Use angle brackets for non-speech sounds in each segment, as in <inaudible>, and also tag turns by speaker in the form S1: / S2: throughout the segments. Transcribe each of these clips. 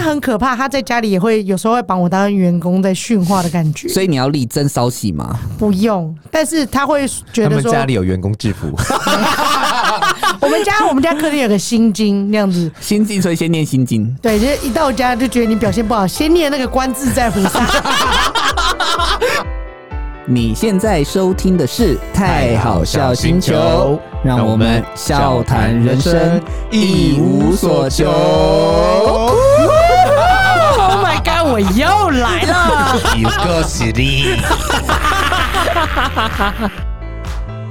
S1: 很可怕，他在家里也会有时候会把我当员工在训话的感觉。
S2: 所以你要力争骚气嘛？
S1: 不用，但是他会觉
S3: 他
S1: 得
S3: 们
S1: 说，
S3: 家里有员工制服，
S1: <laughs> 我们家我们家客厅有个心经那样子。
S2: 心经，所以先念心经。
S1: 对，就是一到家就觉得你表现不好，先念那个观自在菩 <laughs>
S2: <laughs>
S1: 萨。
S2: 你现在收听的是《太好笑星球》，让我们笑谈人生，一无所求。哦
S1: oh my god！我又来了。
S3: 有个实力。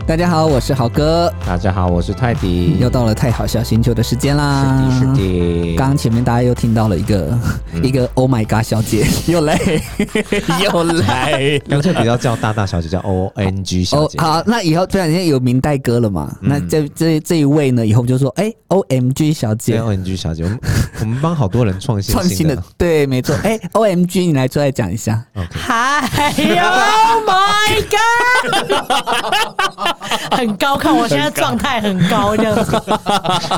S2: 大家好，我是豪哥，
S3: 大家好，我是泰迪，
S2: 又到了《太好笑星球》的时间啦。
S3: 是的，是嗯的。
S2: 刚刚前面大家又听到了一个、一个 Oh my God 小姐又
S3: <laughs>
S2: 来又 <laughs> 来
S3: 刚才不要叫大大小姐，叫 O N G 小
S2: <laughs> 哦，
S3: 姐。嗯
S2: 好，那以后突然间有明代歌了嘛？那这这这一位呢，以后我们就说哎、o M G 小
S3: 对
S2: 姐
S3: O N G 小
S2: <laughs>
S3: 姐，我们我们帮好多人创新
S2: 创新的
S3: 的，哦
S2: 对，没
S3: <laughs>
S2: 错。哎、o M G，你来出来讲一下。
S1: 嗨，Oh my god！很
S2: <laughs>
S1: 高，看我现在状态很高这样子。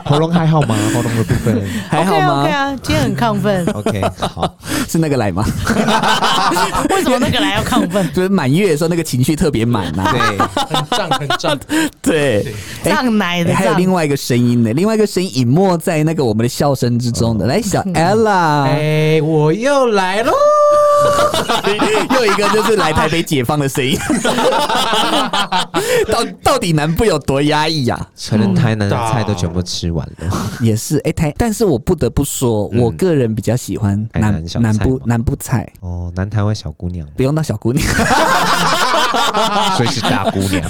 S3: 喉咙还好吗？喉咙的部分。
S2: 还好
S1: o
S2: 吗
S1: k 啊，今天很亢奋
S3: OK，好，
S2: <laughs> 是那个来吗？
S1: 为什么那个来要亢
S2: <laughs>
S1: 奋？
S2: 就是满月的时候，那个情绪特别满呐、
S3: <laughs> 对，
S4: 很胀很胀，
S2: 对，哎
S1: 胀奶的
S2: 哎还有
S1: 胀。
S2: 另外一个声音呢，另外一个声音隐没在那个我们的笑声之中的。来，小 Ella，
S3: 哦嗯哎，我又来喽。
S2: <laughs> 又一个就是来台北解放的声音。 <laughs> 到到底南部有多压抑啊呀、
S3: 可能台南的菜都全部吃完了，
S2: 也是，哎、台，但是我不得不说，我个人比较喜欢
S3: 嗯台
S2: 南
S3: 南小菜
S2: 南部
S3: 吗
S2: 南部菜，
S3: 哦，南台湾小姑娘，
S2: 不用当小姑娘，
S3: <laughs> 所以是大姑娘。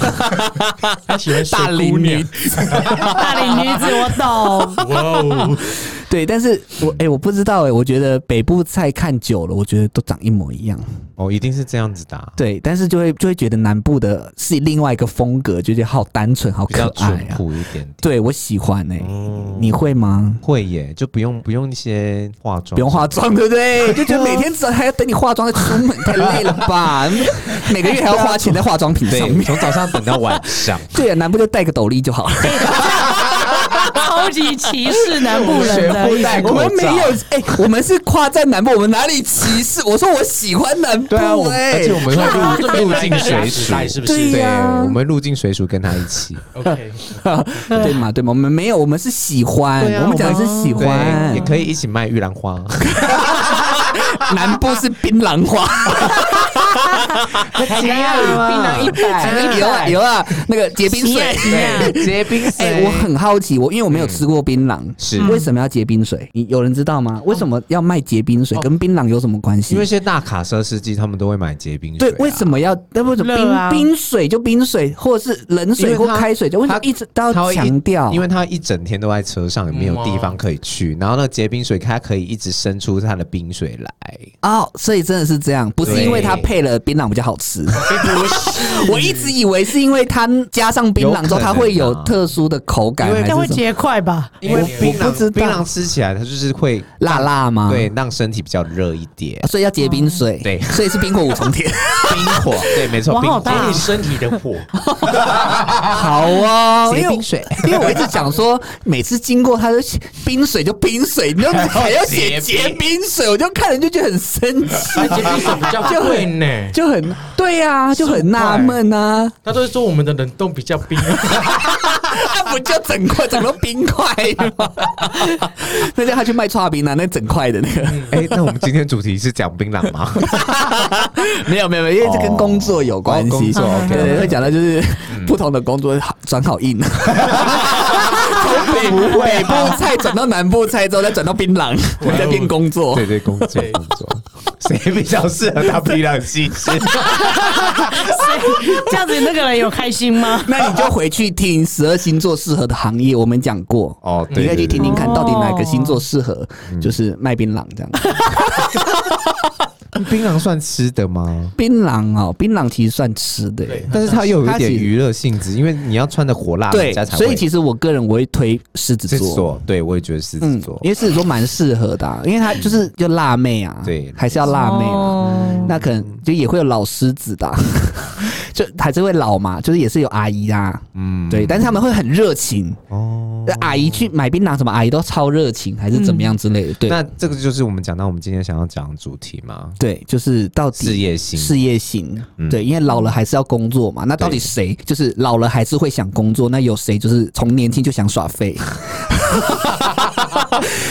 S4: 他喜欢水
S2: 大
S4: 姑
S2: 龄女
S4: 娘。
S2: 子。
S1: 大龄女子，我懂。
S4: 哇哦，
S2: 对，但是我哎、我不知道哎、我觉得北部菜看久了，我觉得都长一模一样。
S3: <laughs> 哦，一定是这样子的啊，
S2: 对，但是就会就会觉得南部的是另外一个风格，就觉得好单纯，好
S3: 比
S2: 可
S3: 较
S2: 爱
S3: 淳
S2: 啊。
S3: 朴一点点。
S2: 对，我喜欢哎、
S3: 哦
S2: 你会吗？
S3: 会耶，就不用不用一些化妆，
S2: 不用化妆，对不
S3: <laughs>
S2: 对？就觉得每天早还要等你化妆再出门，太累了吧？嗯每个月还要花钱在化妆品上
S3: 对，
S2: 面。
S3: 从早上等到晚 <laughs> 上。
S2: 对啊，南部就戴个斗笠就好了。
S1: 超级歧视南部人的意思。
S2: 我们没有哎、我们是夸赞南部，我们哪里歧 <laughs> 视？我说我喜欢南部
S3: 对啊，我
S2: 哎、
S3: 而且我们会
S4: 这
S3: 入
S4: 边
S3: 入
S4: 来一
S3: 境
S4: 个
S3: 水
S4: 水时
S3: 属，
S4: 代是不
S2: 对
S4: 是
S3: 对，
S2: 呀
S3: 我们入境水属跟他一起，
S4: ？OK，
S2: <laughs> 对嘛对嘛，我们没有，我们是喜欢，
S3: 对啊
S2: 我们讲的是喜
S3: 对
S2: 欢，，
S3: 也可以一起卖玉
S2: <laughs>
S3: 兰花。
S2: 南部是槟榔花，
S1: 怎样？槟榔一百，
S2: <laughs> 有啊有啊，那个结冰水。
S1: 对
S3: 结冰
S2: 哎、我很好奇，我因为我没有吃过槟榔，
S3: 是
S2: 为什么要结冰水？你有人知道吗？为什么要卖结冰水？跟槟榔有什么关系？
S3: 因为一些大卡车司机他们都会买结冰水
S2: 对
S3: 啊，，
S2: 为什么要？那为什么
S1: 热啊
S2: 冰冰水就冰水，或者是冷
S3: 因
S2: 水
S3: 为
S2: 或
S3: 它
S2: 开水，就为什么
S3: 它
S2: 一直都
S3: 他
S2: 要
S3: 会一
S2: 强调？
S3: 因为他一整天都在车上，也没有地方可以去，然后那个结冰水它可以一直生出它的冰水来。
S2: 哦，所以真的是这样，不是
S3: 对
S2: 因为它配了槟榔比较好吃。 <laughs> 我一直以为是因为它加上槟榔之后，
S3: 有可能
S2: 它
S3: 啊
S2: 会有特殊的口感，
S3: 因为
S2: 还
S1: 这样会
S2: 是什么
S1: 结块吧？
S3: 因为
S2: 我
S3: 槟
S2: 不知
S3: 榔槟
S2: 道啊
S3: 榔吃起来它就是会
S2: 辣辣吗？
S3: 对，让身体比较热一点
S2: 啊，，所以要结冰水。
S3: 对
S2: 所以是冰火五重天。
S3: 冰火对，
S2: <laughs>
S3: 没错，
S1: 哇
S3: 冰
S1: 好
S3: 火
S4: 给
S1: 大
S4: 你身体的火，
S2: 好哦，因
S3: 结
S2: 为
S3: 冰水。
S2: 因为我一直讲说，每次经过它就写冰水就冰水，你就还要写结冰水，我就看人就觉得很生气，
S4: 而且啊冰水比较
S2: <laughs>
S4: 贵呢。
S2: 就很对啊，就很纳闷啊，
S4: 他都会说我们的冷冻比较冰，
S2: <laughs> 那不就整块整个冰块吗？那叫他去卖串冰啊，那整块的那个。
S3: 哎，那我们今天主题是讲槟榔
S2: <laughs>
S3: 吗？
S2: 没有没有，没有，因为这跟工作有关系。
S3: 哦工作，OK，
S2: 对对，
S3: OK
S2: 会讲到就是不同的工作好转好 <laughs> 硬，从北
S3: 不会
S2: 北部菜转到南部菜之后，再转到槟榔，再变工作。
S3: 对对，工作
S4: 对
S3: 工作，谁比较适合当槟榔西
S2: <laughs>
S3: 施？
S1: 谁这样子那个人有开心吗？
S2: <laughs> 那你就回去听十二星座适合的行业，我们讲过。
S3: 哦，对，
S2: 你可以去
S3: 对
S2: 听听看，
S1: 哦
S2: 到底哪个星座适合，就是卖槟榔这样。
S3: 对槟榔算吃的吗？
S2: 槟榔哦，槟榔其实算吃的耶，
S4: 对
S3: 但是它又有一
S2: 它
S3: 点
S2: 其实
S3: 娱乐性质，因为你要穿的火辣，
S2: 对
S3: 人家，才
S2: 所以其
S3: 实
S2: 实我个人我会推狮子
S3: 狮子
S2: 座。嗯
S3: 座，对我也觉得狮子座
S2: 因，为狮子座蛮适合的啊、因为他就是就辣妹啊，
S3: 对
S2: 还是要辣妹啊。
S1: 哦
S2: 那可能就也会有老狮子的啊、 <laughs> 就还是会老嘛，就是也是有阿姨啊，
S3: 嗯
S2: 对，但是他们会很热情，
S3: 哦，
S2: 阿姨去买槟榔什么，阿姨都超热情，还是怎么样之类的。对
S3: 那这个就是我们讲到我们今天想要讲的主题嘛，
S2: 对，就是到底
S3: 事业心。
S2: 事业心，
S3: 嗯
S2: 对，因为老了还是要工作嘛。那到底
S3: 对
S2: 谁就是老了还是会想工作？那有谁就是从年轻就想耍
S3: <laughs>
S2: 废？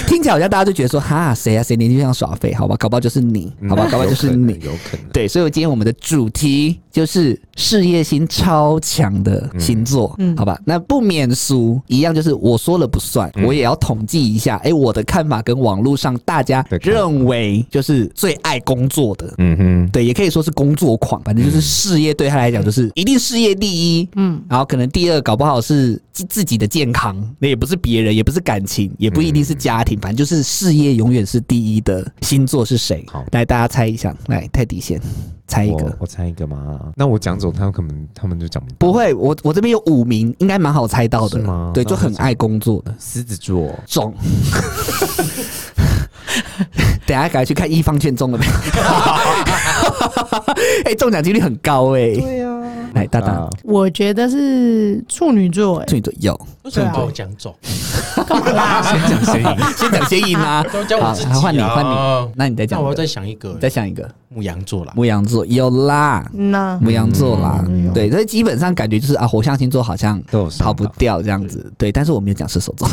S2: 听起来好像大家就觉得说，哈，谁啊，谁年轻就想耍废？好吧，搞不好就是你，
S3: 嗯
S2: 好吧，搞不好就是你。
S3: 有可能。
S2: 对，所以今天我们的主题就是事业心超强的星座，
S3: 嗯
S2: 好吧？那不免俗，一样就是我说了不算，
S3: 嗯
S2: 我也要统计一下，哎、我的看法跟网络上大家
S3: 的看法
S2: 认为就是最爱工作的。
S3: 嗯哼，
S2: 对，也可以说是工作狂，反正就是
S3: 嗯
S2: 事业对他来讲就是一定事业第一，嗯，然后可能第二搞不好是自自己的健康，那也不是别人，也不是感情，也不一定是家
S3: 嗯
S2: 庭，反正就是事业永远是第一的星座是谁
S3: 好？
S2: 来，大家猜一下，来泰迪先猜一
S3: 我
S2: 个。
S3: 我猜一个嘛，那我讲走，他们可能他们就讲
S2: 不会，我我这边有五名，应该蛮好猜到
S3: 是
S2: 的
S3: 吗，
S2: 对，
S3: 那
S2: 就
S3: 我
S2: 很爱工作的
S3: 狮子座，
S2: 中。 <laughs> 等一下赶快去看一方券中了没？ <laughs> 哎、中奖几率很高哎、
S3: 对呀，
S2: 来，大大，
S3: 啊
S1: 我觉得是处女座、哎，
S2: 处女座有，
S4: 为什么把我讲走？
S3: 先讲谁赢？
S2: <laughs> 先讲先赢啊
S4: <laughs> 都讲我自己啊
S2: 好换你换你，那你再
S4: 那
S2: 讲一
S4: 我
S2: 个，
S4: 要再想一个
S2: 你再想一个，
S4: 牧羊座啦，
S2: 牧羊座有啦，
S4: 嗯
S1: 那
S2: 牧羊座啦，
S3: 嗯
S2: 对，所以基本上感觉就是啊，火象星座好像
S3: 都有上
S2: 逃不
S3: 榜
S2: 掉这样子，对，但是我没有讲射手座，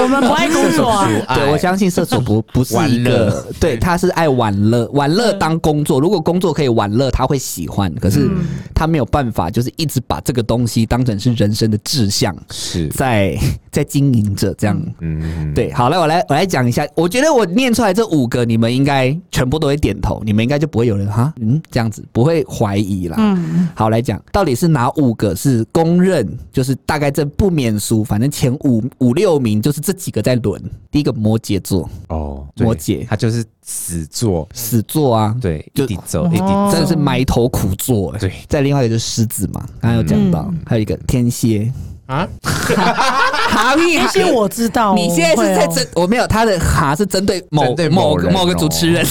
S1: 我们不爱工作啊，
S2: 对我相信射手不不是一
S3: 玩
S2: 个
S3: 乐，
S2: 对，他是爱玩乐，玩乐当工作，如果工作可以玩乐，他会喜欢，可是他没有办法，就是一直把这个东西当成是人生的志向，
S3: 是，
S2: 在在经营着这样。
S3: 嗯，
S2: 对，好来，我来我来讲一下，我觉得我念出来这五个，你们应该全部都会点头，你们应该就不会有人哈，嗯，这样子不会怀疑啦。
S1: 嗯，
S2: 好，来讲到底是哪五个是公认，就是大概这不免俗，反正前五五六名就是这几个在轮。第一个摩羯座，
S3: 哦，
S2: 摩
S3: 对
S2: 羯
S3: 他就是死座，
S2: 死座啊，
S3: 对，
S2: 就
S3: 一滴走，一滴走
S1: 哦
S2: 真的是埋头苦做、欸。
S3: 对嗯
S2: 再另外一个就是狮子嘛，刚刚有讲到，还有一个天蝎，
S3: <laughs>
S4: 啊，
S2: 哈密
S1: 天蝎我知道哦，
S2: 你现在是在
S1: 会哦
S2: 针，我没有他的哈是针对某
S3: 针对
S2: 某
S3: 某
S2: 个
S3: 人
S2: 某个
S3: 哦
S2: 主
S1: <laughs>
S2: 持人，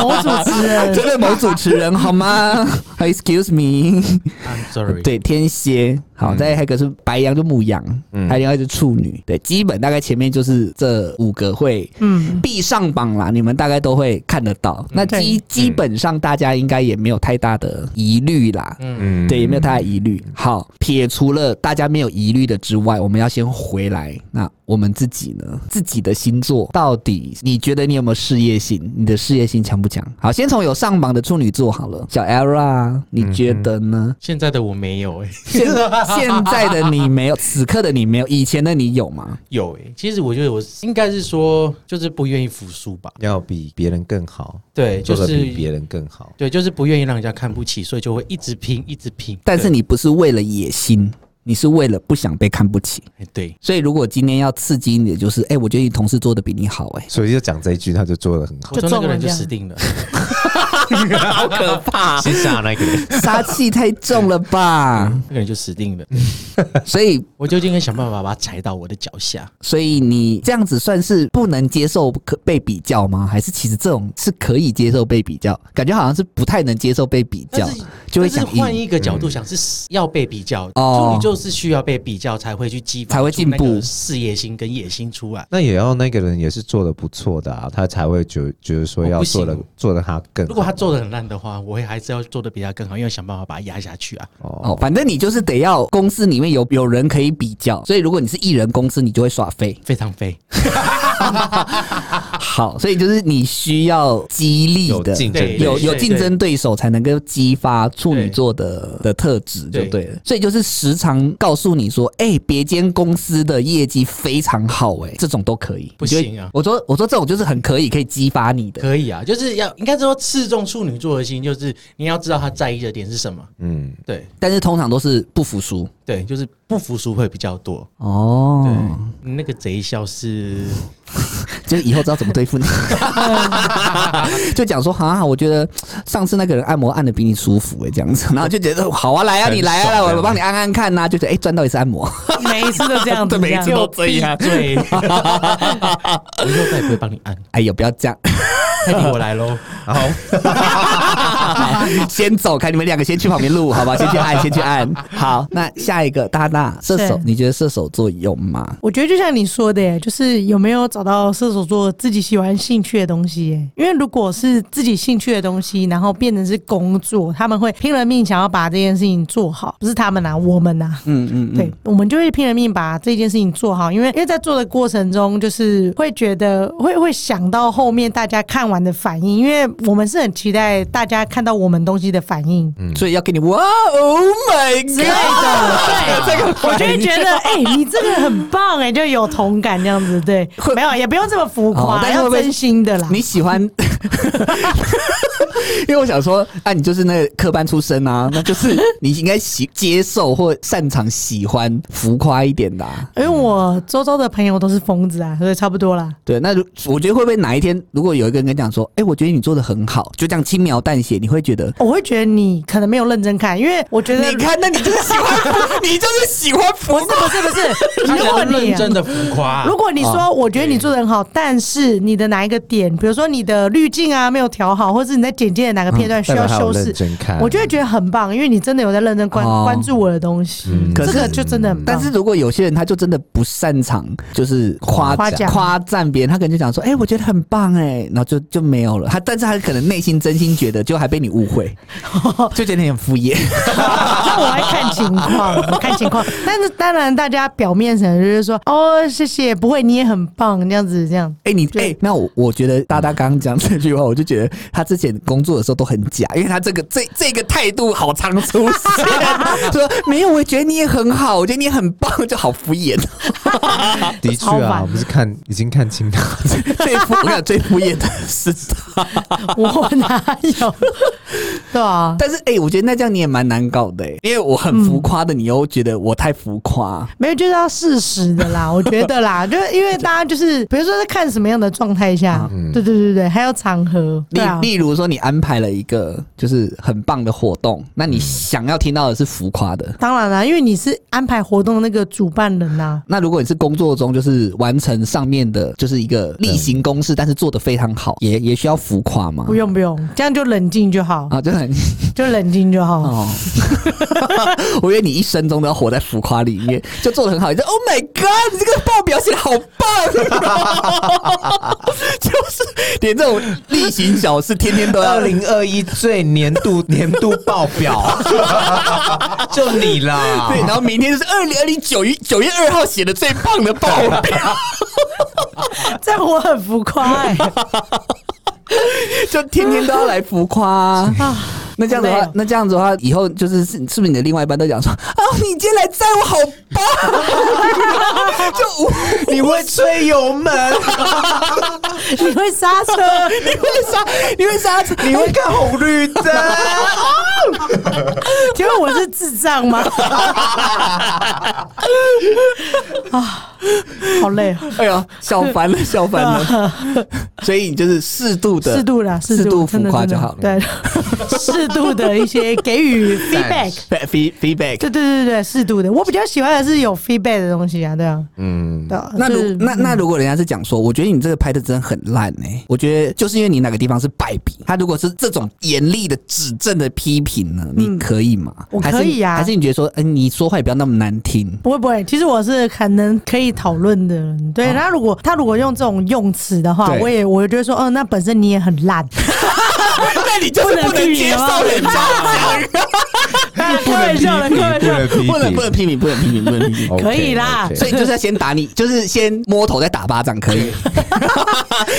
S1: 某主持人
S2: 针对某主持人好吗 <laughs> 哎？Excuse me，
S4: I'm sorry，，
S2: 对天蝎，好，再还有一个是白羊就母羊，
S3: 嗯
S2: 还有另外一个是处女，对，基本大概前面就是这五个会
S1: 嗯，
S2: 必上榜啦，你们大概都会看得
S3: 嗯
S2: 到。那基
S1: 对
S2: 基本上大家应该也没有太大的疑虑啦，
S3: 嗯，
S2: 对，也没有太大疑虑。好，撇除了大家没有疑虑的之外，我们要先回来。那我们自己呢？自己的星座到底你觉得你有没有事业心？你的事业心强不强？好，先从有上榜的处女座好了，小 Era，你觉得呢？
S4: 现在的我没有哎，
S2: 现现在的你没有，此刻的你没有，以前的你有吗？
S4: 有哎，其实我觉得我应该是说，就是不愿意服输吧，
S3: 要比别人更好，
S4: 对，就
S3: 做的
S4: 是
S3: 比别人更好，
S4: 对，就是不愿意让人家看不起，所以就会一直拼，一直拼。
S2: 但是你不是为了野心，你是为了不想被看不起。
S4: 对对，
S2: 所以如果今天要刺激你的，就是哎、我觉得你同事做的比你好、哎，
S3: 所以就讲这一句，他就做的很好，
S4: 我说那个人就
S1: 中了这样
S4: 死定了。
S2: 好可怕，
S3: <laughs> 先杀那个人，
S2: <laughs> 杀气太重了吧？
S4: 那个人就死定了，
S2: 所以，
S4: 我就应该想办法把他踩到我的脚下。
S2: 所以你这样子算是不能接受可被比较吗？还是其实这种是可以接受被比较？感觉好像是不太能接受被比较
S4: 但是，
S2: 就会
S4: 但是
S2: 想
S4: 换
S2: 赢
S4: 一个角度想，是要被比较，
S2: 哦
S4: 处女就是需要被比较才会去激发
S2: 才会进步
S4: 出那个事业心跟野心出来。
S3: 那也要那个人也是做的不错的啊，他才会觉觉得说
S4: 我
S3: 要
S4: 不行
S3: 做的做的他更好，
S4: 如果他做的很烂的话，我会还是要做的比他更好，因为想办法把他压下去啊。
S2: 哦，反正你就是得要公司里面有有人可以比较，所以如果你是艺人公司，你就会耍废。
S4: 非常飞，
S2: 好，所以就是你需要激励
S3: 有
S2: 的。
S3: 竞争
S4: 对
S3: 力
S2: 有有
S4: 对
S2: 竞争对手才能够激发处女座的的特质，就
S4: 对
S2: 对了。所以就是时常告诉你说，哎、别间公司的业绩非常好、哎，这种都可以。
S4: 不行啊
S2: 我觉得我说我说这种就是很可以，可以激发你的。
S4: 可以啊，就是要应该说刺中处女座的心，就是你要知道他在意的点是什么。
S3: 嗯，
S4: 对
S2: 但是通常都是不服输
S4: 对，就是不服输会比较多。
S2: 哦
S4: 对，，你那个贼笑是
S2: <laughs> 就是以后知道怎么对付
S4: <laughs>
S2: 你。就讲说，哈，我觉得上次那个人按摩按的比你舒服、哎，这样子，然后就觉得好啊，来啊，你来啊，
S3: 很爽
S2: 来我帮你按按看呐、就觉得哎，赚、到一次按摩。
S1: 每一次都这样子，
S2: <laughs> 对每一次
S1: 这样
S2: 都 <laughs> 这样
S4: 对， <laughs> 我以后再也不会帮你按，
S2: 哎呀，不要这样。
S4: 泰迪我来喽。
S3: 然后
S2: 好， <laughs> 先走开，你们两个先去旁边录，好吧？先去按，先去按。好，那下一个大大射手
S1: 是，
S2: 你觉得射手座有吗？
S1: 我觉得就像你说的耶，就是有没有找到射手座自己喜欢兴趣的东西耶？因为如果是自己兴趣的东西，然后变成是工作，他们会拼了命想要把这件事情做好，不是他们啊，我们啊，
S2: 嗯嗯嗯，
S1: 对，我们就会拼了命把这件事情做好，因为因为在做的过程中，就是会觉得会会想到后面大家看完的反应，因为我们是很期待大家看到我们东西的反应。
S2: 所以要给你哇，Oh my
S1: 之类
S2: God！
S1: 的，对，
S2: 这个
S1: 我就会
S2: 反应
S1: 觉得，哎、你这个很棒、哎，就有同感这样子，对，没有，也不用这么浮
S2: 哦
S1: 夸，
S2: 但是会
S1: 要
S2: 不会
S1: 真心的啦。
S2: 你喜欢？ <laughs> 因为我想说，啊，你就是那个科班出身啊，那就是你应该喜接受或擅长喜欢浮夸一点的、啊。
S1: 因为我周遭的朋友都是疯子啊，所以差不多啦。
S2: 对，那如我觉得会不会哪一天，如果有一个人跟你讲说，哎、我觉得你做的很好，就这样轻描淡写，你会觉得，
S1: <laughs> 我会觉得你可能没有认真看，因为我觉得
S2: 你看，那你就是喜欢，你就是喜欢浮
S1: 不是不是不是，
S2: <laughs>
S4: 他
S1: 如果
S4: 想要
S1: 你
S4: 认真的浮夸，啊
S1: 如果你
S2: 哦
S1: 说我觉得你做的很好，但是你的哪一个点，比如说你的滤镜啊没有调好，或者是你在简介的哪个片段需
S3: 代表
S1: 要
S3: 嗯他
S1: 修
S3: 有
S1: 饰
S3: 认，真看，
S1: 我就会觉得很棒，因为你真的有在认真关
S2: 哦
S1: 关注我的东西，
S2: 可
S3: 嗯
S1: 这
S2: 是
S1: 个就真的很棒。
S2: 但是如果有些人他就真的不擅长，就是夸
S1: 夸奖
S2: 夸赞别人，他可能就讲说，哎、我觉得很棒哎、然后就就没有了。他但是他可能内心真心觉得，就还被你误
S1: <laughs>
S2: 会，就觉得你很敷衍。
S1: 那我还看情况，看情况。但是当然，大家表面上就是说，哦，谢谢，不会，你也很棒，这样子，这样。
S2: 哎、你哎、
S1: 对
S2: 那我我觉得大大刚刚讲这句话，我就觉得他之前工作的时候都很假，因为他这个这这个态度好常出现，
S1: <laughs>
S2: 说没有，我觉得你也很好，我觉得你也很棒，就好敷衍。
S3: 的确
S1: 超
S3: 啊，
S1: 烦
S3: 我们是看已经看清他，
S2: 最敷我想最敷衍的是他，
S1: 我哪有？对啊，
S2: 但是哎、我觉得那这样你也蛮难搞的、哎，因为我很
S1: 嗯
S2: 浮夸的，你又觉得我太浮夸。
S1: 没有，就是要事实的啦，我觉得啦，就是因为大家就是，比如说在看什么样的状态下，对对对对，还有场合，
S2: 例
S1: 对啊，
S2: 例如说，你安排了一个就是很棒的活动，那你想要听到的是浮夸的。
S1: 当然啦，因为你是安排活动的那个主办人呐、
S2: 那如果你是工作中，就是完成上面的，就是一个例行公事，但是做的非常好，也也需要浮夸吗
S1: 不？用不用，这样就冷静就好，
S2: 啊，就很
S1: 就冷静就好。
S2: <laughs> 哦，我以为你一生中都要活在浮夸里面，就做的很好。你说 Oh my God，你这个报表写的好棒， <laughs> 就是连这种例行小事天天都要
S3: <laughs> 二。零二一最年度 <laughs> 年度报 <laughs> 表，就你啦
S2: 对，。然后明天就是二零二零九月九月二号写的最棒的报表，
S1: 这样我很浮夸哎、
S2: <laughs> 就天天都要来浮夸、 <laughs>
S1: 啊！
S2: 那这样子
S1: 好
S2: 的
S1: 累
S2: 话
S1: 哦，
S2: 那这样子的话，以后就是是是不是你的另外一半都讲说 <laughs> 啊，你今天来载我好棒， <laughs> 就无
S3: 你会吹油门，
S1: 你会刹车，
S2: 你会刹，你会刹车，
S3: 你会看红绿
S1: <laughs>
S3: 灯，
S1: 请问我是智障
S2: <laughs>
S1: 吗？啊，啊好累哦，
S2: 哎呀，笑翻 <laughs> 了，笑翻了。所以你就是适度的，
S1: 适度啦，
S2: 适
S1: 度
S2: 浮
S1: 真的
S2: 夸
S1: 真的
S2: 就好了。
S1: 对， <laughs> 适度的一些给予
S3: 但
S1: feedback。
S2: Fe- feedback。
S1: 对对对对对，适度的。我比较喜欢的是有 feedback 的东西啊，对啊，
S3: 嗯，
S1: 对啊。
S2: 那
S1: 就
S2: 如
S1: 是
S2: 那那如果人家是讲说，我觉得你这个拍的真的很烂哎、我觉得就是因为你哪个地方是败笔，他如果是这种严厉的指正的批评呢，你可以吗？
S1: 嗯我
S2: 还是
S1: 可以啊
S2: 还是你觉得说，哎、你说话也不要那么难听，
S1: 不会不会，其实我是很能可以讨论的人。对，那、如果他如果用这种用词的话，
S2: 哦对
S1: 我也我就会说，哦，那本身你也很
S2: <laughs>
S1: 烂，
S2: <laughs>
S1: <laughs>
S2: 那你就是不能接受人家讲，
S1: 开玩笑的，开玩笑的。
S2: <laughs>
S3: 批
S2: 不能不能批评，不能批 <laughs> 评，不能批评。
S3: OK，
S1: 可以啦
S3: OK
S2: 所以你就是要先打
S1: <laughs>
S2: 你，就是先摸头再打巴掌，可以。 <laughs>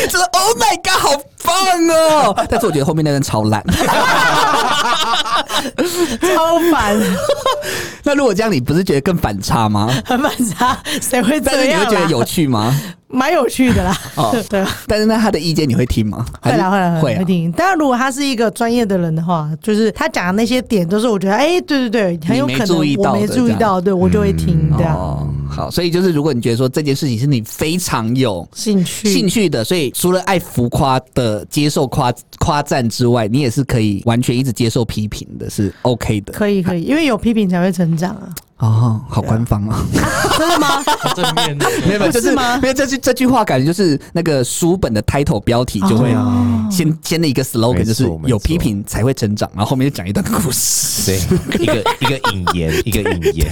S2: 就是 Oh my God，好棒哦！但是我觉得后面那段超烂。 <laughs>
S1: 超烦，
S2: 那如果这样，你不是觉得更反差吗？
S1: <laughs> 很反差，谁会
S2: 但是
S1: 这
S2: 你
S1: 样、
S2: 会
S1: 啊？
S2: 觉得有趣吗？
S1: 蛮有趣的啦。
S2: 哦
S1: <laughs> 对，
S2: 但是那他的意见你会听吗？
S1: 会
S2: 还是
S1: 啦会啦
S2: 会啊
S1: 会听。当然，如果他是一个专业的人的话，就是他讲的那些点，都是我觉得，哎，对对对，很有可
S2: 你没注意
S1: 能
S2: 到
S1: 我
S2: 的
S1: 没注意
S2: 这
S1: 到，对我就会听，对啊，
S2: 哦，好，所以就是如果你觉得说这件事情是你非常有
S1: 兴趣
S2: 兴趣的，所以除了爱浮夸的接受夸夸赞之外，你也是可以完全一直接受批评的，是 OK 的。
S1: 可以可以，因为有批评才会成长啊。
S2: 哦，好官方啊！
S1: 真的吗？
S4: 好正面啊的，
S2: 没有，没有，就是
S1: 是吗
S2: 因为这句这句话感觉就是那个书本的 title 标题就会
S1: 哦
S2: 先先的一个 slogan
S3: 没
S2: 就
S3: 错
S2: 是
S3: 没错
S2: 有批评才会成长，然后后面就讲一段故事，
S3: 对，一个一个引言，一个引
S4: <laughs>
S3: 言。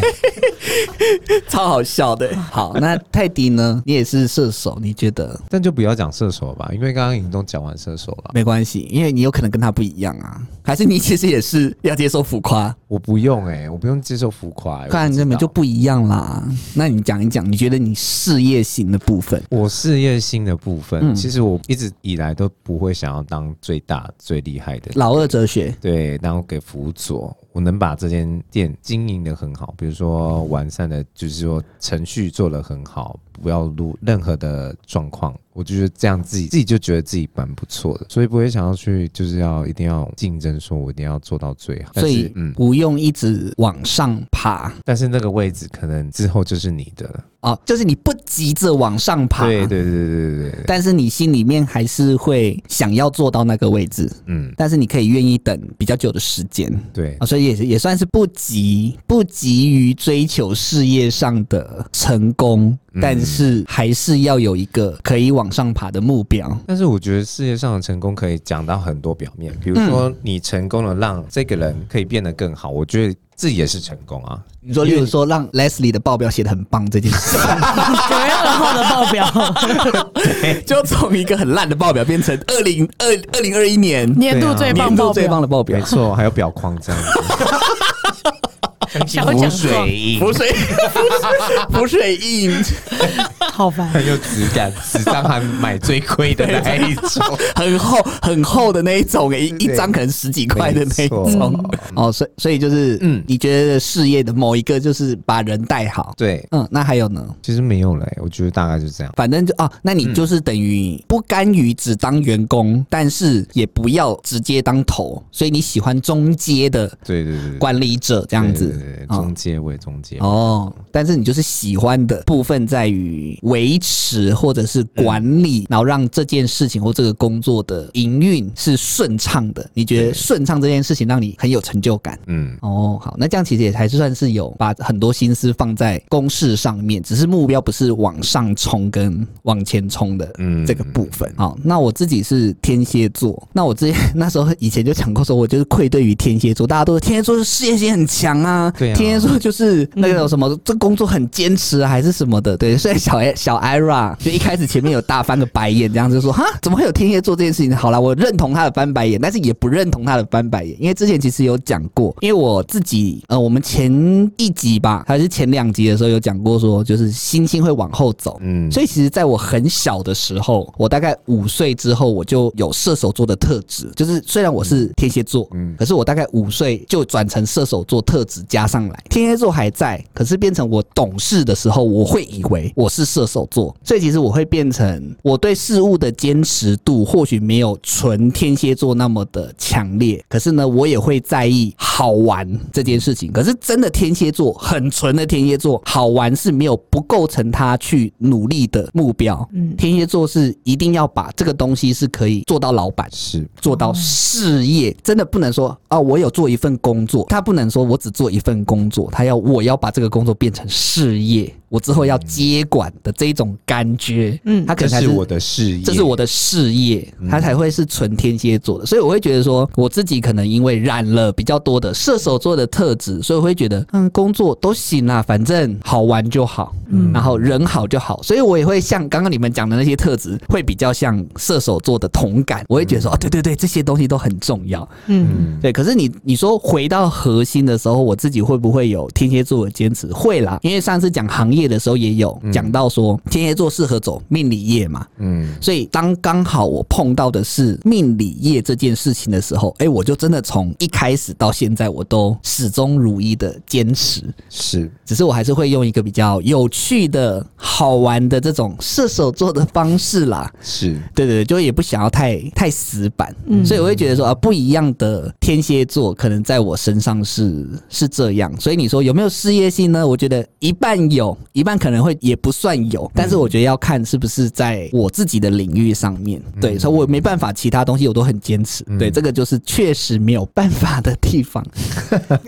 S2: 超好
S1: <laughs>
S2: 笑的。好，那泰迪呢？你也是射手，你觉得
S3: 但就不要讲射手吧，因为刚刚已经都讲完射手了。
S2: 没关系，因为你有可能跟他不一样啊，还是你其实也是要接受浮夸？
S3: 我不用哎、我不用接受浮夸、欸。
S2: 看
S3: 我不知道
S2: 根本就不一样啦。那你讲一讲，你觉得你事业型的部分？
S3: 我事业心的部分，
S2: 嗯
S3: 其实我一直以来都不会想要当最大最厉害的。
S2: 老二哲学，
S3: 对，然后给辅佐，我能把这间店经营的很好，比如说完善的，就是说程序做得很好，不要录任何的状况，我就觉得这样自己自己就觉得自己蛮不错的，所以不会想要去就是要一定要竞争，说我一定要做到最好。但
S2: 所
S3: 是
S2: 以
S3: 嗯，
S2: 不用一直往上爬
S3: 但是那个位置可能之后就是你的了。
S2: 哦，就是你不急着往上爬，
S3: 对对对对对对，
S2: 但是你心里面还是会想要做到那个位置，
S3: 嗯，
S2: 但是你可以愿意等比较久的时间。
S3: 对
S2: 啊，所以也是也算是不急不急于追求事业上的成功，
S3: 嗯
S2: 但是还是要有一个可以往上爬的目标。
S3: 但是我觉得世界上的成功可以讲到很多表面，比如
S2: 嗯
S3: 说你成功了，让这个人可以变得更好，我觉得自己也是成功啊。
S2: 你说，例如说让 Leslie 的报表写的很棒这件
S3: <laughs>
S2: 事，
S1: 九月二号的报表，
S2: 就从一个很烂的报表变成二零二二零二一年
S1: 年度最棒
S2: 啊年
S1: 报
S2: 度最
S1: 表
S2: 棒，的报
S3: 没
S2: 表，
S3: 错，还有表框这
S2: <laughs>
S3: 样子，
S1: <laughs> 想要讲错，
S3: 印
S2: 浮 <laughs> 水浮水印，
S1: 好烦。
S3: 很有质感，纸张还买最贵的那一种。
S2: 很厚很厚的那一种，一一张可能十几块的那一
S3: 没错
S2: 种。哦，所以所以就是，嗯
S3: 嗯，
S2: 你觉得事业的某一个就是把人带好，
S3: <laughs> 对，
S2: 嗯，那还有呢？
S3: 其实没有了、欸我觉得大概就这样。
S2: 反正就哦，那你就是等于不甘于只当员工，但是也不要直接当头，所以你喜欢中阶的
S3: 对对对对，
S2: 管理者这
S3: 这
S2: 样子哦
S3: 中介位，中介位。
S2: 哦，但是你就是喜欢的部分在于维持或者是管
S3: 嗯
S2: 理，然后让这件事情或这个工作的营运是顺畅的。你觉得顺畅这件事情让你很有成就感。
S3: 嗯，
S2: 哦，好，那这样其实也还是算是有把很多心思放在公事上面，只是目标不是往上冲跟往前冲的
S3: 嗯
S2: 这个部分。好，那我自己是天蝎座，那我之前 <laughs> 那时候以前就讲过说，我就是愧对于天蝎座，大家都是天蝎座是事业心很强啊，
S3: 对啊
S2: 天蝎座就是那个什么、这工作很坚持啊，还是什么的，对，所以小 A- 小 Ira 就一开始前面有大翻个白眼，这样就说哈，怎么会有天蝎座这件事情？好啦，我认同他的翻白眼，但是也不认同他的翻白眼，因为之前其实有讲过，因为我自己呃，我们前一集吧还是前两集的时候有讲过说，就是星星会往后走，
S3: 嗯
S2: 所以其实在我很小的时候，我大概五岁之后，我就有射手座的特质，就是虽然我是天蝎座，嗯
S3: 嗯，
S2: 可是我大概五岁就转成射手座特质加上来，天蝎座还在，可是变成我懂事的时候，我会以为我是射手座，所以其实我会变成我对事物的坚持度或许没有纯天蝎座那么的强烈，可是呢，我也会在意好玩这件事情。可是真的天蝎座，很纯的天蝎座，好玩是没有不构成他去努力的目标。嗯，天蝎座是一定要把这个东西是可以做到老板，
S3: 是
S2: 做到事业，真的不能说啊，我有做一份工作，他不能说我只做一份工作，他要我要把这个工作变成事业，我之后要接管的这一种感觉，嗯，他可
S3: 嗯这
S2: 能才
S3: 是我的事业，
S2: 这是我的事业，它才会是纯天蝎座的，所以我会觉得说，我自己可能因为染了比较多的射手座的特质，所以我会觉得，嗯，工作都行啦，反正好玩就好，嗯，然后人好就好，所以我也会像刚刚你们讲的那些特质，会比较像射手座的同感，我会觉得说，哦，对对对，这些东西都很重要，
S1: 嗯，
S2: 对，可是你你说回到核心的时候，我自己会不会有天蝎座的坚持？会啦，因为上次讲行业的时候也有讲到说，天蝎座适合走命理业嘛，
S3: 嗯，
S2: 所以当刚好我碰到的是命理业这件事情的时候，哎、我就真的从一开始到现在，我都始终如一的坚持。
S3: 是
S2: 只是我还是会用一个比较有趣的、好玩的这种射手座的方式啦，
S3: 是，
S2: 对对对，就也不想要太太死板，所以我会觉得说啊，不一样的天蝎座可能在我身上是是这样，所以你说有没有事业心呢？我觉得一半有，一半可能会也不算有，但是我觉得要看是不是在我自己的领域上面。对，所以我没办法，其他东西我都很坚持。对，这个就是确实没有办法的地方。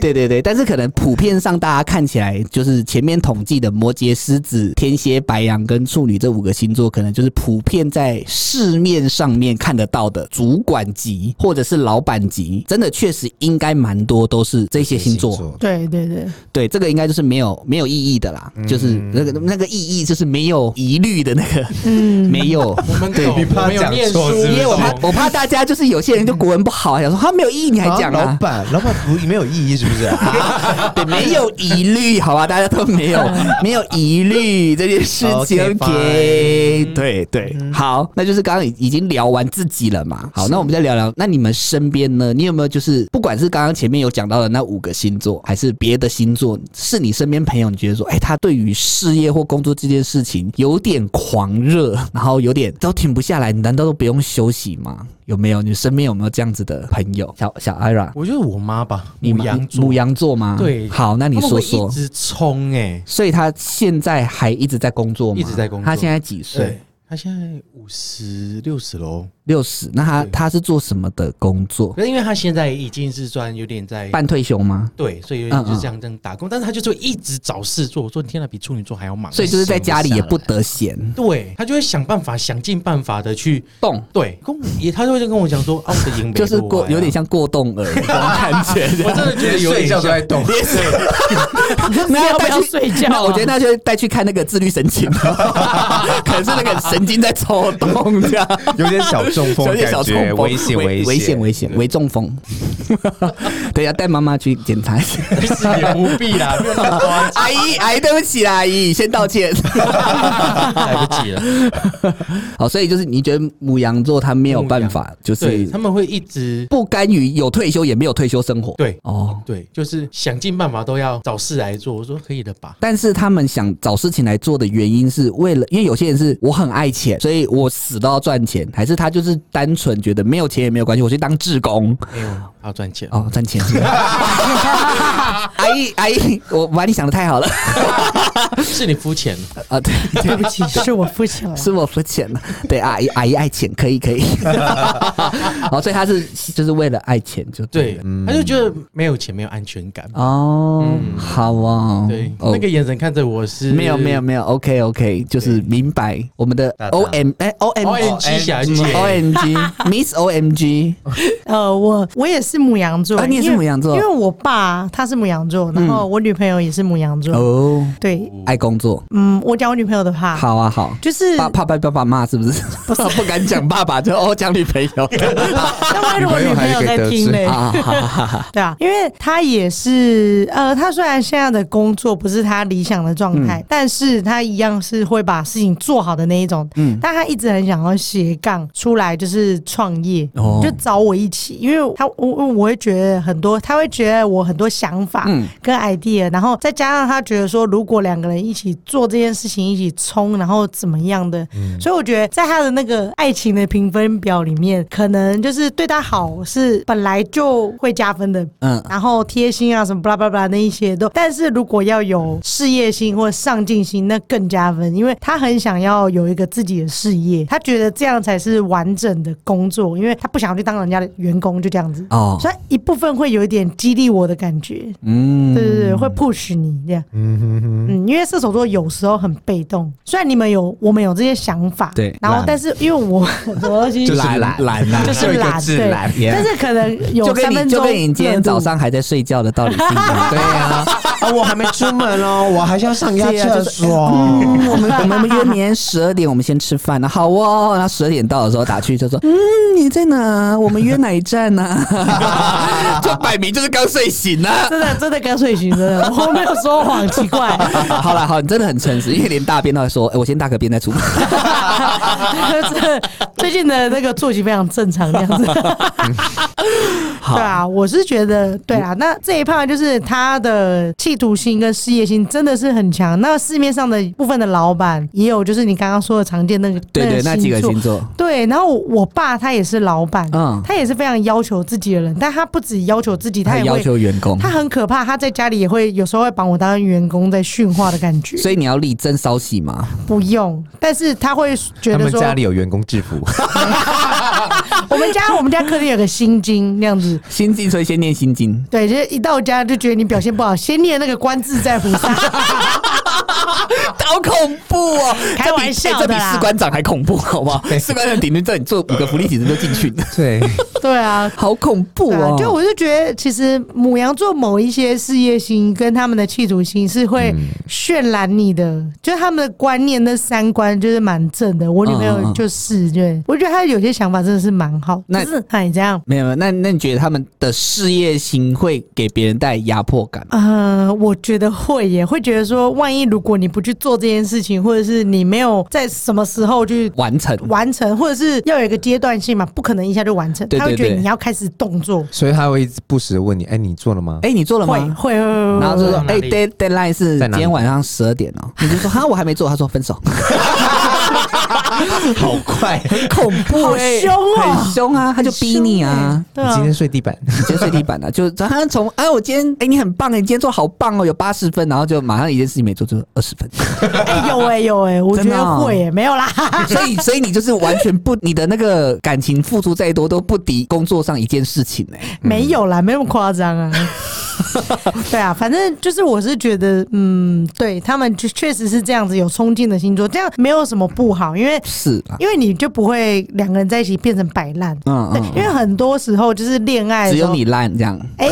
S2: 对对对，但是可能普遍上大家看起来，就是前面统计的摩羯、狮子、天蝎、白羊跟处女这五个星座，可能就是普遍在市面上面看得到的主管级或者是老板级，真的确实应该蛮多都是这些星座。
S1: 对对
S2: <laughs>
S1: 对，
S2: 对，这个应该就是没有没有意义的啦，就是那个那个意义就是没有疑虑的那个，
S1: 嗯，
S2: 没有。
S4: 我们
S2: 对
S4: 懂，
S3: 你怕
S4: 我们有
S3: 讲
S4: 念
S3: 错
S4: 书，
S3: 是不
S2: 因
S3: 是
S2: 为我怕我怕大家就是有些人就国文不好，想说他没有意义，你还讲
S3: 老
S2: 啊？
S3: 板，老板不没有意义是不
S2: <laughs>
S3: 啊是？
S2: 对，没有疑虑，好吧，大家都 <laughs> 没有没有疑虑这件事情。
S3: Okay,
S2: OK，对对，好，那就是刚刚已已经聊完自己了嘛。好，那我们再聊聊，那你们身边呢？你有没有就是不管是刚刚前面有讲到的那五个星座，还是别的星座，是你身边朋友你觉得说，哎、他对于事业或工作这件事情有点狂热，然后有点都停不下来，你难道都不用休息吗？有没有？你身边有没有这样子的朋友？小小 Ira，
S4: 我觉得我妈吧，
S2: 你
S4: 母
S2: 们
S4: 羊座
S2: 母，羊座吗？
S4: 对
S2: 好，那你
S4: 他们
S2: 说
S4: 会
S2: 说
S4: 一。直冲哎，
S2: 所以他现在还一直在工作吗？
S4: 一直在工作
S2: 他现在几岁
S4: 对？，他现在五十六十喽，
S2: 六十。那他
S4: 对
S2: 他是做什么的工作？
S4: 可是因为他现在已经是算有点在
S2: 半退休吗？
S4: 对，所以有点就是这样这样打工，但是他就是会一直找事做。我说天哪，比处女座还要忙。
S2: 所以就是在家里
S4: 啊
S2: 也不得闲
S4: 对他就会想办法，想尽办法的去
S2: 动，
S4: 对，跟我也他就会跟我讲说啊，我的银没
S2: 就是
S4: 过
S2: 过
S4: 来啊
S2: 有点，像过动儿
S4: <laughs>
S2: 这种感觉。
S4: 我真的觉得有
S3: 睡
S4: 点
S3: 觉
S4: 像
S3: 都在 <laughs> 动，
S2: <laughs> 那要不
S1: 要
S2: 要
S1: 带去睡
S4: 啊
S1: 觉
S2: 那我觉得那就带去看那个自律神经， <laughs> 可能是那个神经在抽动这样。
S3: 有点小中风
S2: <laughs> 有
S3: 的
S2: 点小
S3: 感
S2: 中
S3: 觉，
S2: 风，
S3: 危险
S2: 危
S3: 危
S2: 险危险危中风。 <laughs> 对，要带妈妈去检查一下。
S4: 其实也不
S2: <laughs>
S4: 必啦，没有那么夸张
S2: 阿姨，阿姨，对不起啦，阿姨，先道
S4: <laughs>
S2: 歉。
S4: 来不及了。
S2: 好，所以就是你觉得母羊座他没有办法，就
S4: 对，
S2: 是
S4: 他们会一直
S2: 不甘于有退休也没有退休生活。
S4: 对
S2: 哦，
S4: 对，就是想尽办法都要找事来做。我说可以的
S2: <laughs>
S4: 吧？
S2: 但是他们想找事情来做的原因是为了，因为有些人是我很爱钱，所以我死都要赚钱，还是他就是单纯觉得没有钱也没有关系，我去当志工
S4: 没有，他要赚钱。
S2: 哦，赚钱。 <laughs> 阿姨，阿姨，我把你想的太 <laughs> 好了
S4: 是你肤
S2: <laughs>
S4: 浅，
S2: 啊！对，
S1: 对不起，是我肤浅了。
S2: 是我肤浅了。对，阿姨，阿姨爱钱，可以， <laughs> 可以。哦，所以他是就是为了爱钱就对
S4: 对
S2: 了，
S4: 他就觉得没有钱没有安全感。
S2: 嗯哦，好哦，
S4: 嗯对，
S2: 哦
S4: 那个眼神看着我是
S2: 没有没有没有，OK OK，就是明白我们的
S3: 大大
S2: O M 哎 O M
S4: ONG 小姐
S2: O M G Miss O M G，哦
S1: 呃，我我也是母羊座，
S2: 啊你也是
S1: 因为
S2: 母羊座嗯
S1: 因为我爸他是母羊座，然后我女朋友也是母羊座。
S2: 哦，
S1: 对，
S2: 爱工作，
S1: 嗯，我讲我女朋友的话，
S2: 好啊好。
S1: 就是，
S2: 爸爸爸爸爸妈是不是？ <laughs> 不敢讲爸爸，就哦讲女朋友
S1: <laughs> 要不然如果女朋友在听嘞，
S2: 啊，好好
S1: <laughs> 对啊，因为他也是，呃，他虽然现在的工作不是他理想的状态，但是他一样是会把事情做好的那一种。嗯，但他一直很想要斜杠出来，就是创业，
S2: 哦
S1: 就找我一起，因为他我我我会觉得很多，他会觉得我很多想法
S2: 嗯
S1: 跟 idea，、然后再加上他觉得说，如果两个人一起做这件事情，一起冲，然后怎么样的，
S2: 嗯
S1: 所以我觉得在他的那个爱情的评分表里面，可能就是对他好是本来就会加分的，
S2: 嗯
S1: 然后贴心啊什么巴拉巴拉那一些都，但是如果要有事业心或上进心，那更加分，因为他很想要有一个自己的事业，他觉得这样才是完整的工作，因为他不想去当人家的员工，就这样子。
S2: 哦，
S1: 所以一部分会有一点激励我的感觉，
S2: 嗯
S1: 对对对，会 push 你这样。
S3: 嗯哼哼，
S1: 嗯，因为射手座有时候很被动，虽然你们有我们有这些想法，
S2: 对
S1: 然后
S2: 懒
S1: 但是因为我 <laughs> 什么东西
S3: 就是
S2: 懒
S3: 懒
S2: 懒啊啦，
S1: <laughs> 就是
S3: 就一个
S1: 懒，
S3: 字
S1: 对，
S3: 懒
S1: 但是可能有
S2: 就
S1: 三
S2: 跟
S1: 分
S2: 你
S1: 钟
S2: 就跟你今天
S1: 热度
S2: 早上还在睡觉的道理是
S1: <laughs>
S2: 一样的。
S3: 对啊，啊我还没出门哦，我还要
S2: <laughs>
S3: 上一下
S2: 啊
S3: 厕所。
S2: 嗯，我们我们约明天十二点，我们先吃饭了，好哦。然后十二点到的时候打去就说，嗯，你在哪？我们约哪一站呢、啊？ <laughs> 就摆明就是刚睡醒啊。
S1: 真的真的跟睡醒，真的，我没有说谎，奇怪，
S2: <laughs> 好了，好，你真的很诚实，因为连大便都会说，哎、我先大个便再出门。
S1: <laughs> 这最近的那个作息非常正常，这样子。
S2: <laughs> 好嗯
S1: 对啊，我是觉得对啊。那这一趴就是他的企图心跟事业心真的是很强。那市面上的部分的老板也有，就是你刚刚说的常见那个
S2: 对对，
S1: 那
S2: 那
S1: 个
S2: 几个
S1: 星座
S2: 星座，
S1: 对，然后我我爸他也是老板，
S2: 嗯，
S1: 他也是非常要求自己的人，但他不止要求自己， <laughs> 他
S2: 他
S1: 也
S2: 要
S1: 会。
S2: 求员工
S1: 他，很可怕，他在家里也会有时候会把我当员工在训话的感觉，
S2: 所以你要力争骚气嘛。
S1: 不用，但是他会觉
S3: 他
S1: 得
S3: 们
S1: 说，
S3: 家里有员工
S2: <laughs>
S3: 制服，
S1: 我们家我们家客厅有个心经那样子，
S2: 心经，所以先念心经。
S1: 对，就是一到家就觉得你表现不好，先念那个观自在菩
S2: <laughs>
S1: 萨，
S2: 好恐怖
S1: <laughs>
S2: 哦！
S1: 开玩笑
S2: 这比
S1: 的
S2: 哎这
S1: 啦
S2: 比士官长还恐怖，好不
S1: <laughs>
S2: 好？士官长顶多叫你做五个福利体制就进去，
S3: 对，
S1: 对啊。
S2: 好恐怖
S1: 对啊
S2: 哦！，
S1: 就我就觉得，其实母羊座某一些事业心跟他们的企图心是会
S2: 嗯
S1: 渲染你的，就是他们的观念那三观就是蛮正的。我女朋
S2: 嗯嗯
S1: 友
S2: 嗯
S1: 就是，对我觉得她有些想法真的是蛮好，
S2: 那
S1: 就是哎这样，
S2: 没有没有，那那你觉得他们的事业心会给别人带压迫感吗？
S1: 呃，我觉得会耶，会觉得说，万一如果你不去做这件事情，或者是你没有在什么时候去
S2: 完成？
S1: 完成，或者是要有一个阶段性嘛，不可能一下就完成，
S2: 对
S1: 他会
S2: 对
S1: 觉得
S2: 对
S1: 你要开始动作，
S3: 所以他会一直不时地问你，哎、你做了吗？
S2: 哎，你做了
S1: 会
S2: 吗？
S1: 会，然
S2: 然后就说，
S4: 在
S2: 哎
S4: 哪里
S2: ，dead deadline 是
S3: 在
S2: 今
S3: 哪里
S2: 天晚上十二点哦。你就说， <laughs> 哈，我还没做。他说分手，
S3: <laughs> 好快，
S2: <laughs> 很恐怖
S1: 好
S2: 哎，
S1: 凶哦
S2: 很凶啊！他就逼你啊，，
S1: 对
S3: 你今
S1: 啊
S3: 天。睡地板，
S2: 直接睡地板了、啊 <laughs> 就早上从哎，我今天哎，你很棒哎，你今天做好棒哦，有八十分，然后就马上一件事情没做，就二十 <laughs> 分。
S1: 哎有哎有哎，我觉
S2: 真的哦
S1: 得会耶，没有啦，
S2: 所以，所以你就是完全不，你的那个感情付出再多都不敌工作上一件事情哎、
S1: 没有啦，没那么夸张
S2: <laughs>
S1: 啊。对啊，反正就是我是觉得，嗯，对他们确确实是这样子有冲劲的星座，这样没有什么不好，因为
S2: 是啊，
S1: 因为你就不会两个人在一起变成摆烂。
S2: 嗯
S1: 对
S2: 嗯，
S1: 因为很多时候就是恋爱，
S2: 只有，你烂这样。
S1: 哎、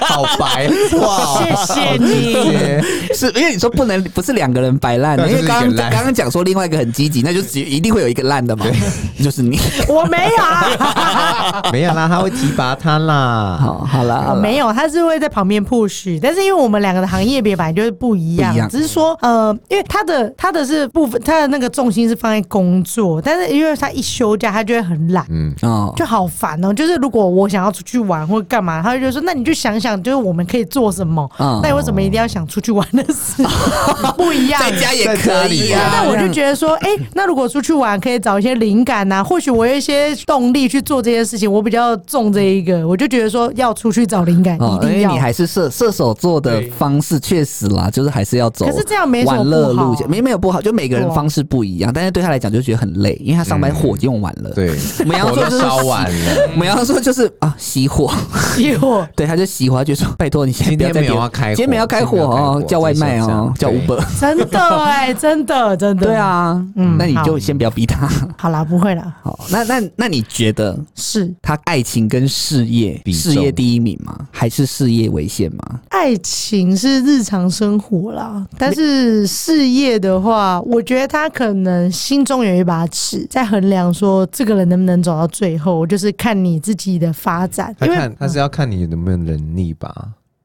S3: 好白哇！
S1: 谢谢你。
S2: <laughs> 是因为你说不能不是两个人摆烂，
S3: 对
S2: 因为刚
S3: 就
S2: 刚
S3: 是一个烂
S2: 刚刚讲说另外一个很积极，那就只一定会有一个烂的嘛， <laughs> 就是你。
S1: 我没有啊，
S3: 没有啦，他会提拔他啦。
S2: 好，好了，啊好
S1: 我
S2: 了，
S1: 哦没有，他是会在旁边 push，但是因为我们两个的行业别本来就是不一样，
S2: 不一样嗯
S1: 只是说呃，因为他的他的是部分，他的那个重心是放在工作，但是因为他一休假，他就会很懒。
S3: 嗯，
S2: 哦，
S1: 就好烦哦！就是如果我想要出去玩或干嘛，他就觉得说，那你就想想，就是我们可以做什么。
S2: 嗯
S1: 那你为什么一定要想出去玩的事？
S2: <laughs>
S1: 不一样，
S2: 在家也可以
S3: 在
S2: 啊。
S1: 那我就觉得
S2: <laughs>
S1: 说，哎、那如果出去玩，可以找一些灵感呐、或许我有一些动力去做这些事情。我比较重这一个，我就觉得说要出去找灵感，
S2: 哦
S1: 一，
S2: 因
S1: 定
S2: 为
S1: 要。
S2: 你还是射射手座的
S4: 对
S2: 方式，确实啦，就是还是要走。
S1: 可是这样没什么
S2: 玩乐
S1: 不好
S2: 路线，没没有不好，就每个人
S1: 对啊
S2: 方式不一样，但是对他来讲就觉得很累，因为他上班火用完了。，
S3: 嗯对，
S2: 我们要
S3: 火
S2: 做
S3: 都
S2: 就是
S3: 烧完了。
S2: 我们要说就是啊，熄火。 <laughs>
S1: 因为我
S2: 对，他就熄火，他就说 <laughs> 拜托你现在
S3: 今
S2: 不要
S3: 天
S2: 再
S3: 没有
S2: 点
S3: 要开火
S2: 今天没有要开火
S3: 今天没有要开
S2: 哦
S3: 火，
S2: 叫外卖哦，
S3: 这
S2: 叫
S3: 是这样
S2: Uber。
S1: 真的哎、真的真的。
S2: 对，啊，嗯，
S1: 嗯
S2: 那你就先不要逼他。 <laughs>
S1: 好啦，不会啦，
S2: 好，那那那你觉得
S1: 是
S2: 他爱情跟事业，
S3: 比
S2: 事
S3: 重
S2: 业第一名吗？还是事业为先吗？
S1: 爱情是日常生活啦，但是事业的话，我觉得他可能心中有一把尺，在衡量说这个人能不能走到最后，就是看你自己的发展。
S3: 他
S1: 因为
S3: 啊看他是要看你有没有能力吧，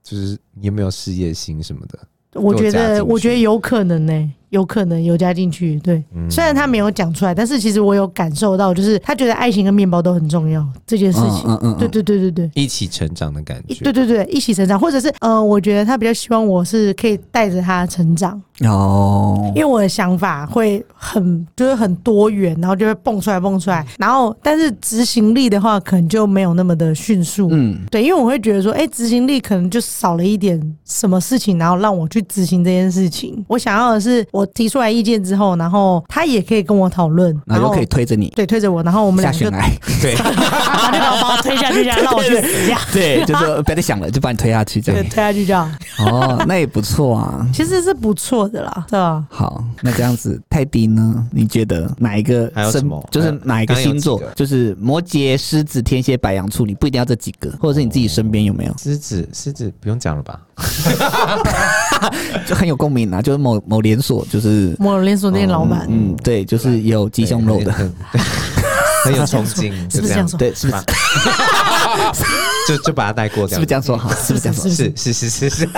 S3: 就是你有没有事业心什么的。
S1: 我觉
S3: 加进去
S1: 得，我觉得有可能呢、有可能有加进去。对，
S3: 嗯
S1: 虽然他没有讲出来，但是其实我有感受到，就是他觉得爱情跟面包都很重要这件事情。
S2: 嗯
S1: 对对对对对。
S3: 一起成长的感
S1: 一
S3: 觉
S1: 对。对对，一起成长，或者是呃，我觉得他比较希望我是可以带着他成长，
S2: 哦
S1: 因，为我的想法会很就是很多元，然后就会蹦出来蹦出来，然后但是执行力的话，可能就没有那么的迅速。
S2: 嗯，
S1: 对，因为我会觉得说，哎、执行力可能就少了一点什么事情，然后让我去执行这件事情。我想要的是，我提出来意见之后，然后他也可以跟我讨论，
S2: 然
S1: 然
S2: 后
S1: 后
S2: 就可以推着你
S1: 对推着我，然后我们
S2: 下
S1: 俩就 <laughs>
S2: 悬崖。
S3: 对，
S1: 把那个把我推下
S2: <laughs>
S1: 去，这样让我去死，这样
S2: 对，就说不要再想了，就把你推下去这
S1: 对
S2: 样。
S1: 推下去这样，
S2: 哦，那也不错啊。
S1: 其实是不错的啦，对啊吧？
S2: 好，那这样子，泰迪呢？你觉得哪一个
S3: 还有
S2: 生
S3: 什么
S2: 就是哪一个
S3: 刚刚有
S2: 星座
S3: 几个？
S2: 就是摩羯、狮子、天蝎、白羊、处女，不一定要这几个，或者是你自己身边有没有？
S3: 狮子，狮子不用讲了吧？
S2: 就很有共鸣啊，就是某某连锁，就是
S1: 某连锁店老板、
S2: 嗯，对，就是有鸡胸肉的，
S3: 很，
S1: <laughs>
S3: 很很有冲劲，
S1: 是
S3: 就
S1: 不是这
S3: 这样
S1: 样
S3: 子
S1: 说？
S2: <laughs> 对，是不是？
S3: 就就把它带
S1: <laughs>
S3: 过，
S2: 是不是这样？说？好，是不是这样说？
S3: 是是是是是，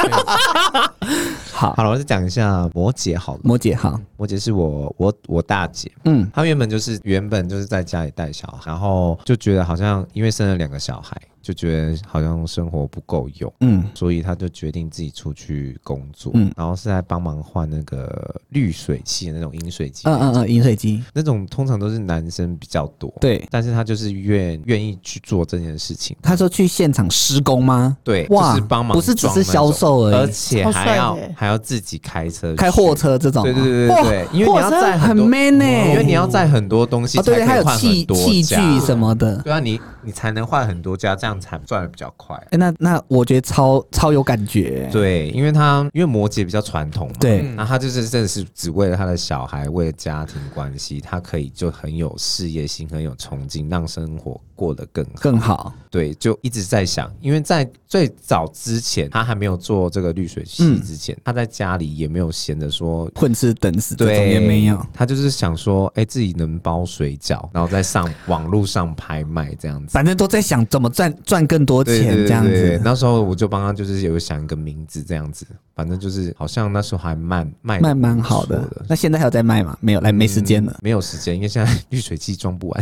S2: 好，
S3: 好了，我再讲一下摩羯好了。
S2: 摩羯好，
S3: 摩羯是我我我大姐，
S2: 嗯，
S3: 她原本就是原本就是在家里带小孩，然后就觉得好像因为生了两个小孩，就觉得好像生活不够用，
S2: 嗯
S3: 所以她就决定自己出去工作，
S2: 嗯
S3: 然后是在帮忙换那个滤水器的那种饮水机，
S2: 嗯嗯嗯，饮水机，
S3: 那种通常都是男生比较多，，
S2: 对，
S3: 但是她就是愿愿意去做这件事情，
S2: 他说去现场施工吗？
S3: 对，
S2: 哇
S3: 就是帮忙，
S2: 不是只是销，售而
S3: 而
S2: 已，
S3: 且
S1: 超
S3: 还
S1: 帅
S3: 要
S1: 的欸
S3: 还要自己开车去，
S2: 开货车这种吗，啊
S3: 对对对对对，因为你要
S2: 货车
S3: 载
S2: 很
S3: 多
S2: man 呢、
S3: 因为你要载很多东西
S2: 哦，
S3: 才
S2: 对
S3: 可
S2: 对，还
S3: 以
S2: 有
S3: 换
S2: 器
S3: 很多
S2: 器具
S3: 家
S2: 什么的。
S3: 对啊，你你才能换很多家，这样才赚的比较快。
S2: 哎，那那我觉得超超有感觉，
S3: 对，因为他因为摩羯比较传统嘛，
S2: 对
S3: 那他就是真的是只为了他的小孩，为了家庭关系，他可以就很有事业心，很有冲劲，让生活过得更好。
S2: 更好。
S3: 对，就一直在想，因为在最早之前，他还没有做这个滤水器
S2: 嗯
S3: 之前，他在家里也没有闲着说
S2: 混吃等死这
S3: 对，
S2: 种也没有。
S3: 他就是想说，哎、自己能包水饺，然后在 <laughs> 上网络上拍卖这样子。
S2: 反正都在想怎么赚赚更多
S3: 对
S2: 钱
S3: 对
S2: 这样
S3: 对对对
S2: 子，
S3: 那时候我就帮他，就是有想一个名字这样子，反正就是好像那时候还慢卖得
S2: 卖蛮好
S3: 不
S2: 的
S3: 错。
S2: 那现在还有在卖吗？没有，来没时间了
S3: 嗯，没有时间，因为现在滤水器装不完。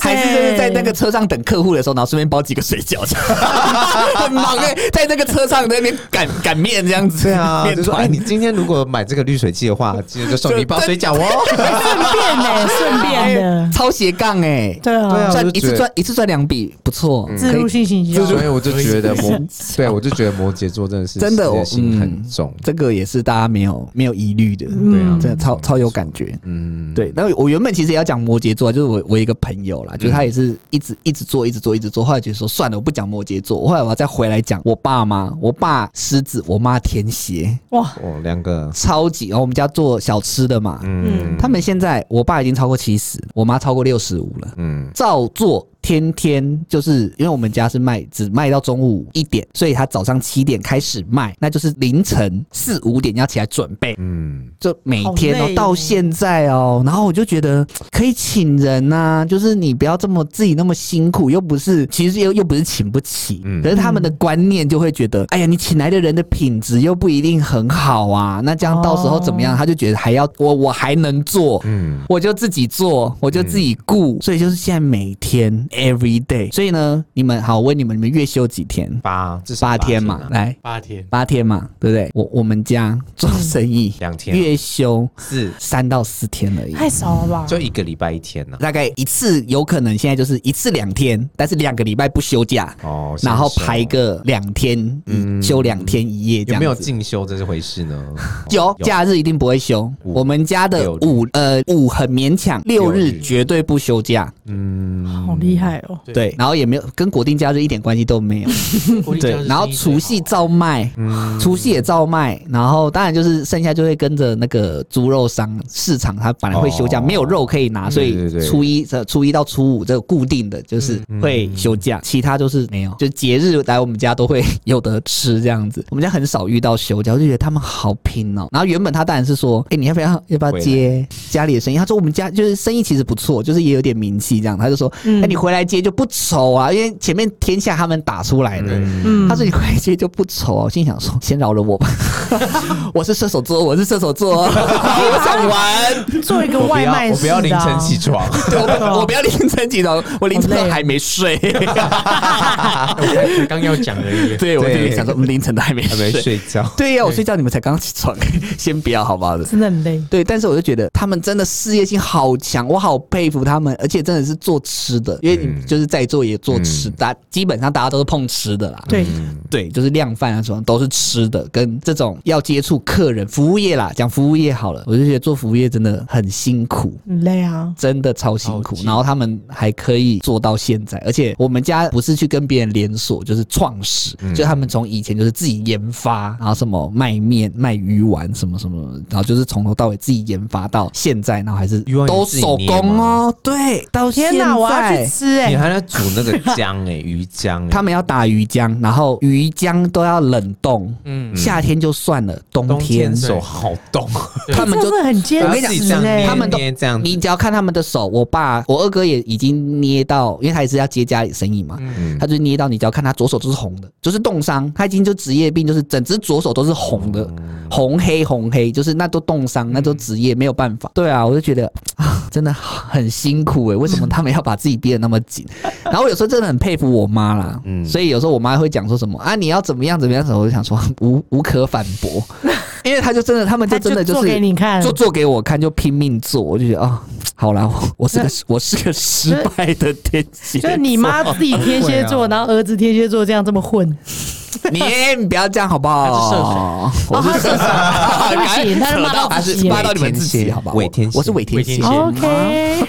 S2: 还是就是在那个车上等客户的时候，然后顺便包几个水饺，这样 <laughs> 很忙哎，在那个车上在那边擀擀面这样子，
S3: 对 <laughs> 啊，
S2: 面
S3: 就说哎、
S2: 团
S3: 你今天如果买这个滤水器的话，今天就送你一包水饺 <laughs> 哦。
S1: 顺便呢、哎顺便的，
S2: 超斜杠哎，
S1: 对啊，
S3: 对啊
S2: 赚
S3: 我就
S2: 一
S3: 觉
S2: 次
S3: 得嗯
S2: 赚一次赚两笔，不错，
S1: 自
S2: 可以
S1: 入性行销，
S3: 所以我就
S2: <laughs>
S3: 觉得摩，对我就觉得摩羯座真的哦是
S2: 真的
S3: 事
S2: 我
S3: 业心很
S2: 嗯
S3: 重。
S2: 这个也是大家没有没有疑虑的，
S3: 对啊，
S2: 真的超超有感觉。
S3: 嗯，
S2: 对，那我原本其实也要讲摩羯座，就是我我一个朋友
S3: 嗯
S2: 啦，就是他也是一直一直做，一直做，一直做，后来觉得说算了，我不讲摩羯座，我后来我要再回来讲我爸妈，我爸狮子，我妈天蝎，
S1: 哇，
S3: 哦，两个，
S2: 超级，然后我们家做小吃的嘛，
S3: 嗯，
S2: 他们现在我爸已经超过七十，我妈超过六十五了，
S3: 嗯，
S2: 照做。天天就是因为我们家是卖只卖到中午一点，所以他早上七点开始卖，那就是凌晨四五点要起来准备。
S3: 嗯，
S2: 就每天
S1: 好
S2: 哦
S1: 累哦，
S2: 到现在哦，然后我就觉得可以请人呐、就是你不要这么自己那么辛苦，又不是其实又又不是请不起，
S3: 嗯
S2: 可是他们的观念就会觉得，哎呀，你请来的人的品质又不一定很好啊，那这样到时候怎么样？他就觉得还要我我还能做，
S3: 哦嗯，
S2: 我就自己做，我就自己顾，所以就是现在每天 every day，所以呢，你们好，我问你们，你们月休几天？
S3: 八，至少
S2: 八
S3: 天
S2: 天嘛，
S3: 啊
S2: 来。<laughs>
S4: 八天，
S2: 八天嘛，对不对？我我们家做生意，
S3: 两天啊
S2: 月休
S3: 四，
S2: 三到四天而已。
S1: 太少了吧？
S3: 就一个礼拜一天啊呢、
S2: 大概一次有可能现在就是一次两天，但是两个礼拜不休假，
S3: 哦，
S2: 然后
S3: 享受
S2: 排个两天一、
S3: 嗯
S2: 休两天一夜这
S3: 有
S2: 样
S3: 没
S2: 子。
S3: 有进修这回事呢？
S2: 有假日一定不会休，
S3: 五
S2: 我们家的
S3: 六日
S2: 五呃五很勉强，六
S3: 六
S2: 日
S3: 日
S2: 绝对不休假，
S3: 嗯，
S1: 好厉害哦！
S4: 对
S2: 对，然后也没有跟国定假日一点关系都没有，
S4: 国立教育
S2: 对，然后
S4: 生意最
S2: 除夕
S4: 好
S2: 照卖，
S3: 嗯，
S2: 除夕也照卖，然后当然就是剩下就会跟着那个猪肉商市场，它本来会休假，
S3: 哦
S2: 没有肉可以拿，所
S3: 对
S2: 以
S3: 对对嗯
S2: 初一这初一到初五这个固定的就是会休假，其他就是没有，就节日来我们家都会有得吃这样子。我们家很少遇到休假，我就觉得他们好拼哦。然后原本他当然是说，哎、你要不要要不要
S3: 回来
S2: 接家里的生意？他说我们家就是生意其实不错，就是也有点名气这样。他就说，哎、
S1: 嗯
S2: 你回来接就不愁啊，因为前面天下他们打出来的。
S1: 嗯，
S2: 他说你回去就不愁啊，我心想说 <laughs> 先饶了我吧，我是射手座，我是射手座， <laughs> 我想玩，
S1: 嗯做一个
S3: 我不
S1: 外
S3: 要
S1: 卖
S3: 我不要
S1: 式
S3: 凌
S1: 的啊
S3: 晨
S1: <laughs>
S3: 起床，
S2: 对我我不要凌晨起床，我凌晨都还没睡，
S4: 刚要讲而已。
S2: <laughs> 对我
S3: 对
S2: 就想说我嗯们凌晨都还没
S3: 还没
S2: 睡，
S3: 睡觉。
S2: 对呀、我睡觉你们才刚起床， <laughs> 先不要好不好？
S1: 真的很累。
S2: 对，但是我就觉得他们真的事业心好强，我好佩服他们，而且真的是做吃的，因为你
S3: 嗯
S2: 就是在座也做吃，
S3: 嗯
S2: 大、基本上大家都是碰吃的啦。
S1: 对，
S2: 对，就是量贩啊什么都是吃的，跟这种要接触客人服务业啦，讲服务业好了，我就觉得做服务业真的很辛苦。
S1: 很累啊。
S2: 真的超辛苦
S4: 超，级
S2: 然后他们还可以做到现在，而且我们家不是去跟别人连锁，就是创始，
S3: 嗯
S2: 就他们从以前就是自己研发，然后什么卖面、卖鱼丸什么什么，然后就是从头到尾自己研发到现在，然后还是
S3: 鱼丸也
S2: 都
S3: 自己
S2: 手
S3: 捏
S2: 工哦，对，到现
S1: 天
S2: 在
S1: 哪，我要去吃师哎、
S3: 你还在煮那个姜
S2: <laughs>
S3: 哎、鱼姜、欸，
S2: 他们要打鱼浆，然后鱼浆都要冷冻。
S4: 嗯，
S2: 夏天就算了，冬
S3: 冬天
S2: 天
S3: 手好
S2: <laughs>
S3: 冻，
S4: 对
S2: 他们就
S1: 真的很坚
S2: 我跟你讲
S3: 自己
S1: 持
S3: 这样
S1: 哎、
S3: 捏
S2: 他们都
S3: 捏这样子，
S2: 你只要看他们的手，我爸我二哥也已经捏到，因为他也是要接家里生意嘛，
S3: 嗯
S2: 他就捏到你只要看他左手都是红的，就是冻伤，他已经就职业病，就是整只左手都是红的，红黑红黑，就是那都冻伤，那都职业没有办法。对啊，我就觉得 <laughs> 啊，真的很辛苦欸诶、为什么他们要把自己逼得那么 <laughs> 紧？然后我有时候真的很佩服我妈啦，
S3: 嗯
S2: 所以有时候我妈会讲说什么啊，你要怎么样怎么样的时候，我就想说无无可反驳， <laughs> 因为他就真的，他们就
S1: 他
S2: 真的就
S1: 做
S2: 是
S1: 给你看，
S2: 就做给我看，就拼命做，我就觉得啊、好啦，我我是个我是个失败的天蝎
S1: 就
S2: 座，
S1: 是你妈自己天蝎座，然后儿子天蝎座这样这么
S2: <laughs>
S1: 混，
S2: 你你不要这样好不好？我是射手，
S1: 对不
S2: <laughs>
S1: 起，哦他是骂
S2: 扯啊到
S1: 到
S2: 还
S1: 自
S2: 是
S1: 己
S2: 骂
S1: 哎。
S2: 到你们自己好不好？
S3: 伪天蝎
S2: 我是伪天蝎
S4: 伪天蝎。
S1: 哦 OK，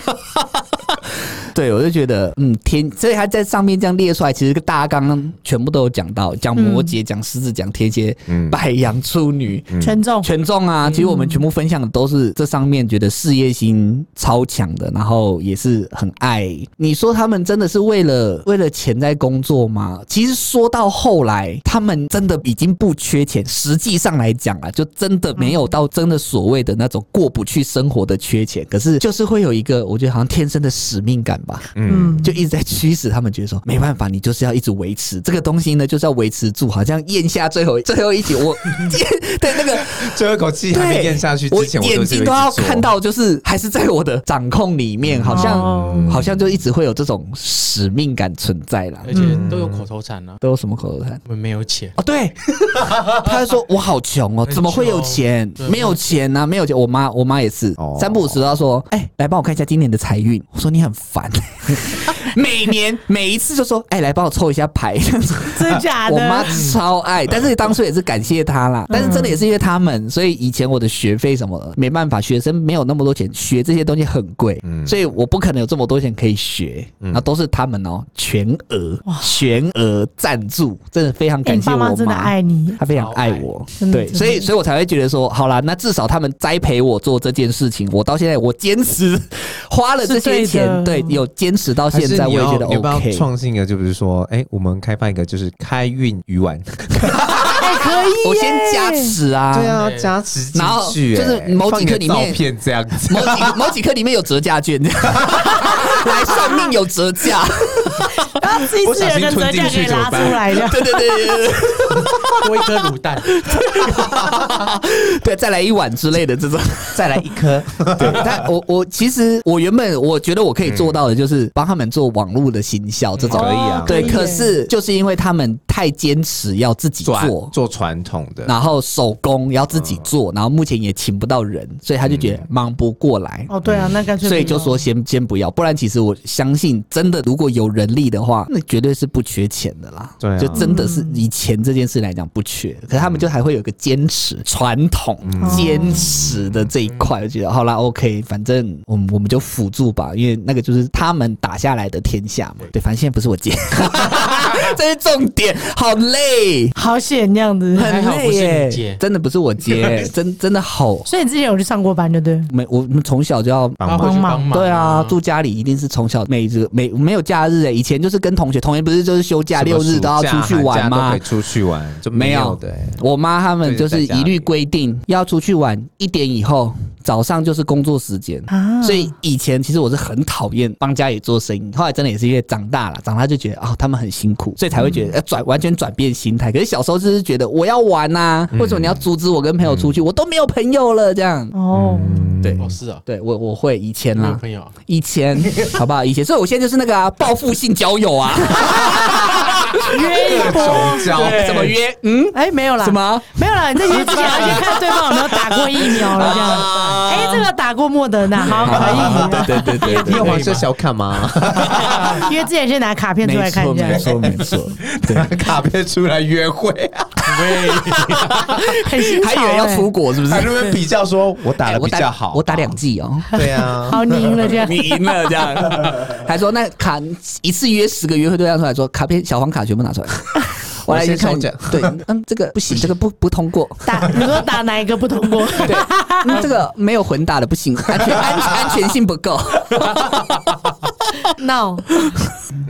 S2: 对，我就觉得，嗯，天，所以他在上面这样列出来，其实大家刚刚全部都有讲到，讲摩羯，讲狮子，讲天蝎，
S3: 嗯
S2: 白羊、处女。
S1: 全
S2: <laughs>
S1: 中。
S2: 权重啊，其实我们全部分享的都是这上面觉得事业心超强的，然后也是很爱。你说他们真的是为了为了钱在工作吗？其实说到后来，他们真的已经不缺钱，实际上来讲啊，就真的没有到真的所谓的那种过不去生活的缺钱，可是就是会有一个我觉得好像天生的使命感吧。
S1: 嗯，
S2: 就一直在驱使他们觉得说没办法，你就是要一直维持这个东西呢，就是要维持住，好像咽下最后最后一集，我 <laughs> 对那个
S3: 最后一口气
S2: 对，
S3: 还没咽下去之前，
S2: 我
S3: 我
S2: 眼
S3: 就
S2: 睛都要看，到，就是还是在我的掌控里面，好像、
S1: 哦
S3: 嗯
S2: 好像就一直会有这种使命感存在啦。
S4: 而且都有口头禅啊，
S2: 都有什么口头禅？
S4: 我们没
S2: <laughs>
S4: 有钱，
S2: 哦，对，他就说我好穷哦，
S4: 很
S2: 怎么会有钱
S4: 穷？对
S2: 没有钱呐、没有钱。我妈，我妈也是，
S3: 哦
S2: 三不五时都要说，哎、来帮我看一下今年的财运。我说你很烦， <laughs> 每年每一次就说，哎、来帮我凑一下牌。
S1: 真假
S2: 我妈
S1: 的？嗯
S2: 超爱，但是当初也是感谢她啦。但是真的也是因为他们，所以以前我的学费什么的没办法，学生没有那么多钱，学这些东西很贵，
S3: 嗯
S2: 所以我不可能有这么多钱可以学。那都是他们哦，全额全额赞助，真的非常
S1: 哎
S2: 感
S1: 你
S2: 谢
S1: 爸
S2: 我
S1: 妈
S2: 妈。
S1: 真的爱你，
S2: 他非常爱我，
S1: 真的
S2: 对，
S1: 真的
S2: 所以所以我才会觉得说，好啦，那至少他们栽培我做这件事情，我到现在我坚持花了这
S1: 是对
S2: 些
S1: 的
S2: 钱，对，有坚持到
S3: 还
S2: 现
S3: 是
S2: 在，我
S3: 你
S2: 也
S3: 要
S2: 觉得
S3: 你要不要
S2: OK。
S3: 创新一个，就比如说，哎，我们开发一个就是开运鱼丸，
S1: 哎，可以耶，
S2: 我先加持啊，
S3: 对啊，
S4: 对
S3: 加持进
S2: 然后
S3: 去，
S2: 就是
S3: 哎
S2: 某
S3: 放
S2: 几
S3: 你
S2: 个
S3: 的
S2: 里面
S3: 照片这样子，
S2: 某几某几课里面有折价券， <laughs> 来算命有折价。
S1: 然后自己
S3: 我
S1: 自己
S3: 小
S1: 有
S3: 心
S1: 个折
S3: 吞进
S1: 价
S3: 去
S1: 可以
S3: 怎么
S1: 拉出
S3: 办
S1: 来的。
S2: 对对对对对
S4: 多一颗卤蛋，
S2: 对，对，再来一碗之类的这种，再来一颗。对，但我我其实我原本我觉得我可以做到的就是帮他们做网络的行销这种。
S3: 可以啊
S1: 哦
S2: 对，
S1: 耶
S2: 嗯可是就是因为他们太坚持要自己做
S3: 做，做传统的，
S2: 然后手工要自己做，然后目前也请不到人，所以他就觉得忙不过来。
S1: 哦，对啊，那干脆
S2: 所以
S1: 不要
S2: 就说先先不要，不然其实我相信，真的如果有人力的话，那绝对是不缺钱的啦。
S3: 对啊嗯
S2: 就真的
S4: 嗯
S2: 是以钱这件事来讲不缺，可是他们就还会有一个坚持传统
S4: 哦
S2: 坚持的这一块，我觉得好啦，OK，反正我们我们就辅助吧，因为那个就是他们打下来的天下嘛。对，反正现在不是我接， <laughs> 这是重点，好累。
S1: 好险那样
S2: <laughs>
S1: 子。
S2: 很
S4: 还好
S2: 累
S4: 不是你
S2: 耶、
S4: 接
S2: 真的不是我
S3: <laughs>
S2: 接，真真的好，
S1: 所以你之前有去上过班，对不对？
S2: 没我们从小就要
S3: 帮
S4: 然后
S3: 忙
S4: 回去帮
S1: 帮
S4: 忙，
S2: 对啊，住家里一定是从小每日每没有假日诶、欸以前就是跟同学，同学不是就是休假
S3: 什么
S2: 啊六日
S3: 暑
S2: 都要出
S3: 假
S2: 去
S3: 寒假
S2: 玩
S3: 都
S2: 吗
S3: 可以？出去玩就
S2: 没有
S3: 有的，哎
S2: 我妈他们就是
S3: 对在家
S2: 一
S3: 里
S2: 律规定要出去玩，一点以后早上就是工作时间。
S1: 啊，
S2: 所以以前其实我是很讨厌帮家里做生意，后来真的也是因为长大了，长大就觉得哦他们很辛苦，所以才会
S3: 嗯
S2: 觉得呃转、完全转变心态。可是小时候就是觉得我要玩呐、
S3: 嗯
S2: 为什么你要阻止我跟朋友出去？我都没有朋友了这样。
S1: 哦，
S2: 对，
S4: 哦是啊，
S2: 对我我会以前
S4: 没有
S3: 嗯
S2: 啦，
S4: 朋友啊，
S2: 以 <laughs> 前好不好？以前，所以我现在就是那个啊，报复性交友 <laughs> 啊，
S1: 约一波。
S3: 交
S2: 怎么约？嗯，
S1: 哎，没有啦，
S2: 什么？
S1: 没有啦，你在约之前要先看对方有没有打过疫
S2: 啊
S1: 苗了，这样。哎，这个打过莫德
S2: 嗯
S1: 纳，好可
S2: 啊对对对
S3: 你有黄色小卡
S2: <laughs>
S3: 吗？
S1: 以。约之前先拿卡片出来
S2: 没
S1: 看
S2: 错
S1: 一下
S2: 没，错没错，对，
S3: 卡片出来约会啊，
S4: 喂，
S1: 很新潮
S2: <laughs> 还以为要
S1: 哎
S2: 出。国是不是
S3: 还？在那边比较说，我打
S2: 哎
S3: 的
S2: 我
S3: 比较好，
S2: 我打两剂哦。
S3: 对啊，
S1: 好，你赢了这样
S2: <laughs> 你。赢了，这 <laughs> 样还说那卡一次约十个约会对象出来说，卡片小黄卡全部拿出来， <laughs> 我来
S3: 我先
S2: 看
S3: 收着。
S2: 对，嗯，这个不 <laughs> 行，这个不不通过。
S1: 打你说打哪一个不通 <laughs> 过？
S2: 对， <laughs> 嗯这个没有混打的不行，安全安安全性不够。
S1: 闹，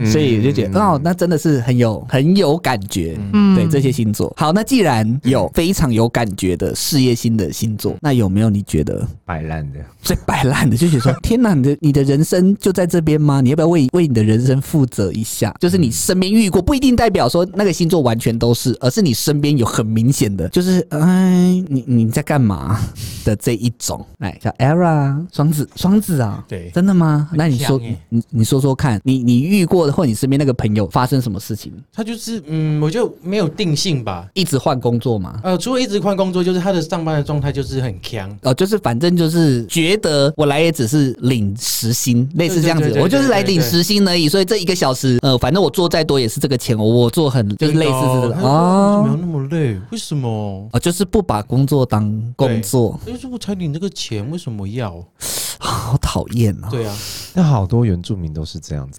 S2: 所以就觉得、哦，那真的是很有很有感觉。
S1: 嗯，
S2: 对这些星座，好，那既然有非常有感觉的事业心的星座，那有没有你觉得
S3: 摆烂的，
S2: 最摆烂的？就觉得说，天哪，你的你的人生就在这边吗？你要不要为为你的人生负责一下？就是你身边遇过，不一定代表说那个星座完全都是，而是你身边有很明显的，就是哎，你你在干嘛的这一种。来，叫 ERA 双子，双子啊，
S4: 对
S2: 真的吗？
S4: 很
S2: 那你说
S4: 像欸耶，
S2: 你你说说看，你你遇过的或你身边那个朋友发生什么事情？
S4: 他就是嗯，我就没有定性吧。
S2: 一直换工作吗？
S4: 呃，除了一直换工作，就是他的上班的状态就是很强，
S2: 哦，就是反正就是觉得我来也只是领时薪，类似这样
S4: 对
S2: 子
S4: 对，对
S2: 我就是来
S4: 对对
S2: 领
S4: 对
S2: 时薪而已。所以这一个小时，呃，反正我做再多也是这个钱，我我做很就是类似这种
S4: 他就说为什么要
S2: 哦
S4: 哦那么累？为什么？
S2: 哦，就是不把工作当工作，
S4: 他就说我才领这个钱，为什么要？
S2: 好讨厌哦。
S4: 对啊，
S3: 那好多原住民都是这样子。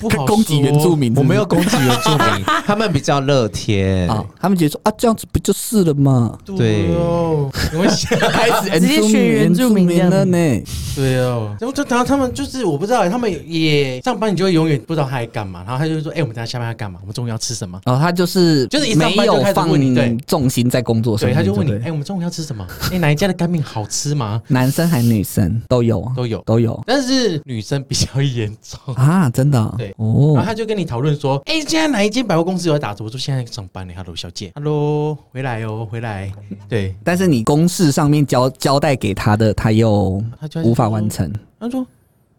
S4: 我不好
S2: 攻击
S4: 说
S2: 原住民是不是，
S3: <laughs> 我没有攻击原住民， <laughs> 他们比较乐天
S2: 啊、他们觉得说啊，这样子不就是了吗？
S4: 对哦，你会想
S2: 开
S4: <laughs>
S2: 始哎
S1: 直接学原住民
S2: 原了呢。
S4: 对哦，然后就然后他们就是我不知道，他们也上班，你就会永远不知道他在干嘛，然后他就会说，哎、我们等一下下班要干嘛？我们中午要吃什么？
S2: 哦，他就是
S4: 就是一上
S2: 没
S4: 班就
S2: 有
S4: 开始
S2: 放
S4: 问你对
S2: 重心在工作上
S4: 对，
S2: 面，
S4: 他就问你，
S2: 对不
S4: 哎、
S2: 对
S4: 我们中午要吃什么？哎、哪一家的干面好吃吗？
S2: 男生还女生都有啊，
S4: 都有，
S2: 都有
S4: 但是女生比较严重。
S2: 啊，真的啊
S4: 对然后
S2: 哦，
S4: 他就跟你讨论说，哎、现在哪一间百货公司有在打折？我说现在上班呢，Hello 小姐，Hello 回来哦，回来。
S2: 嗯
S4: 对，
S2: 但是你公事上面交交代给他的，他又
S4: 他就
S2: 无法完。成，
S4: 他说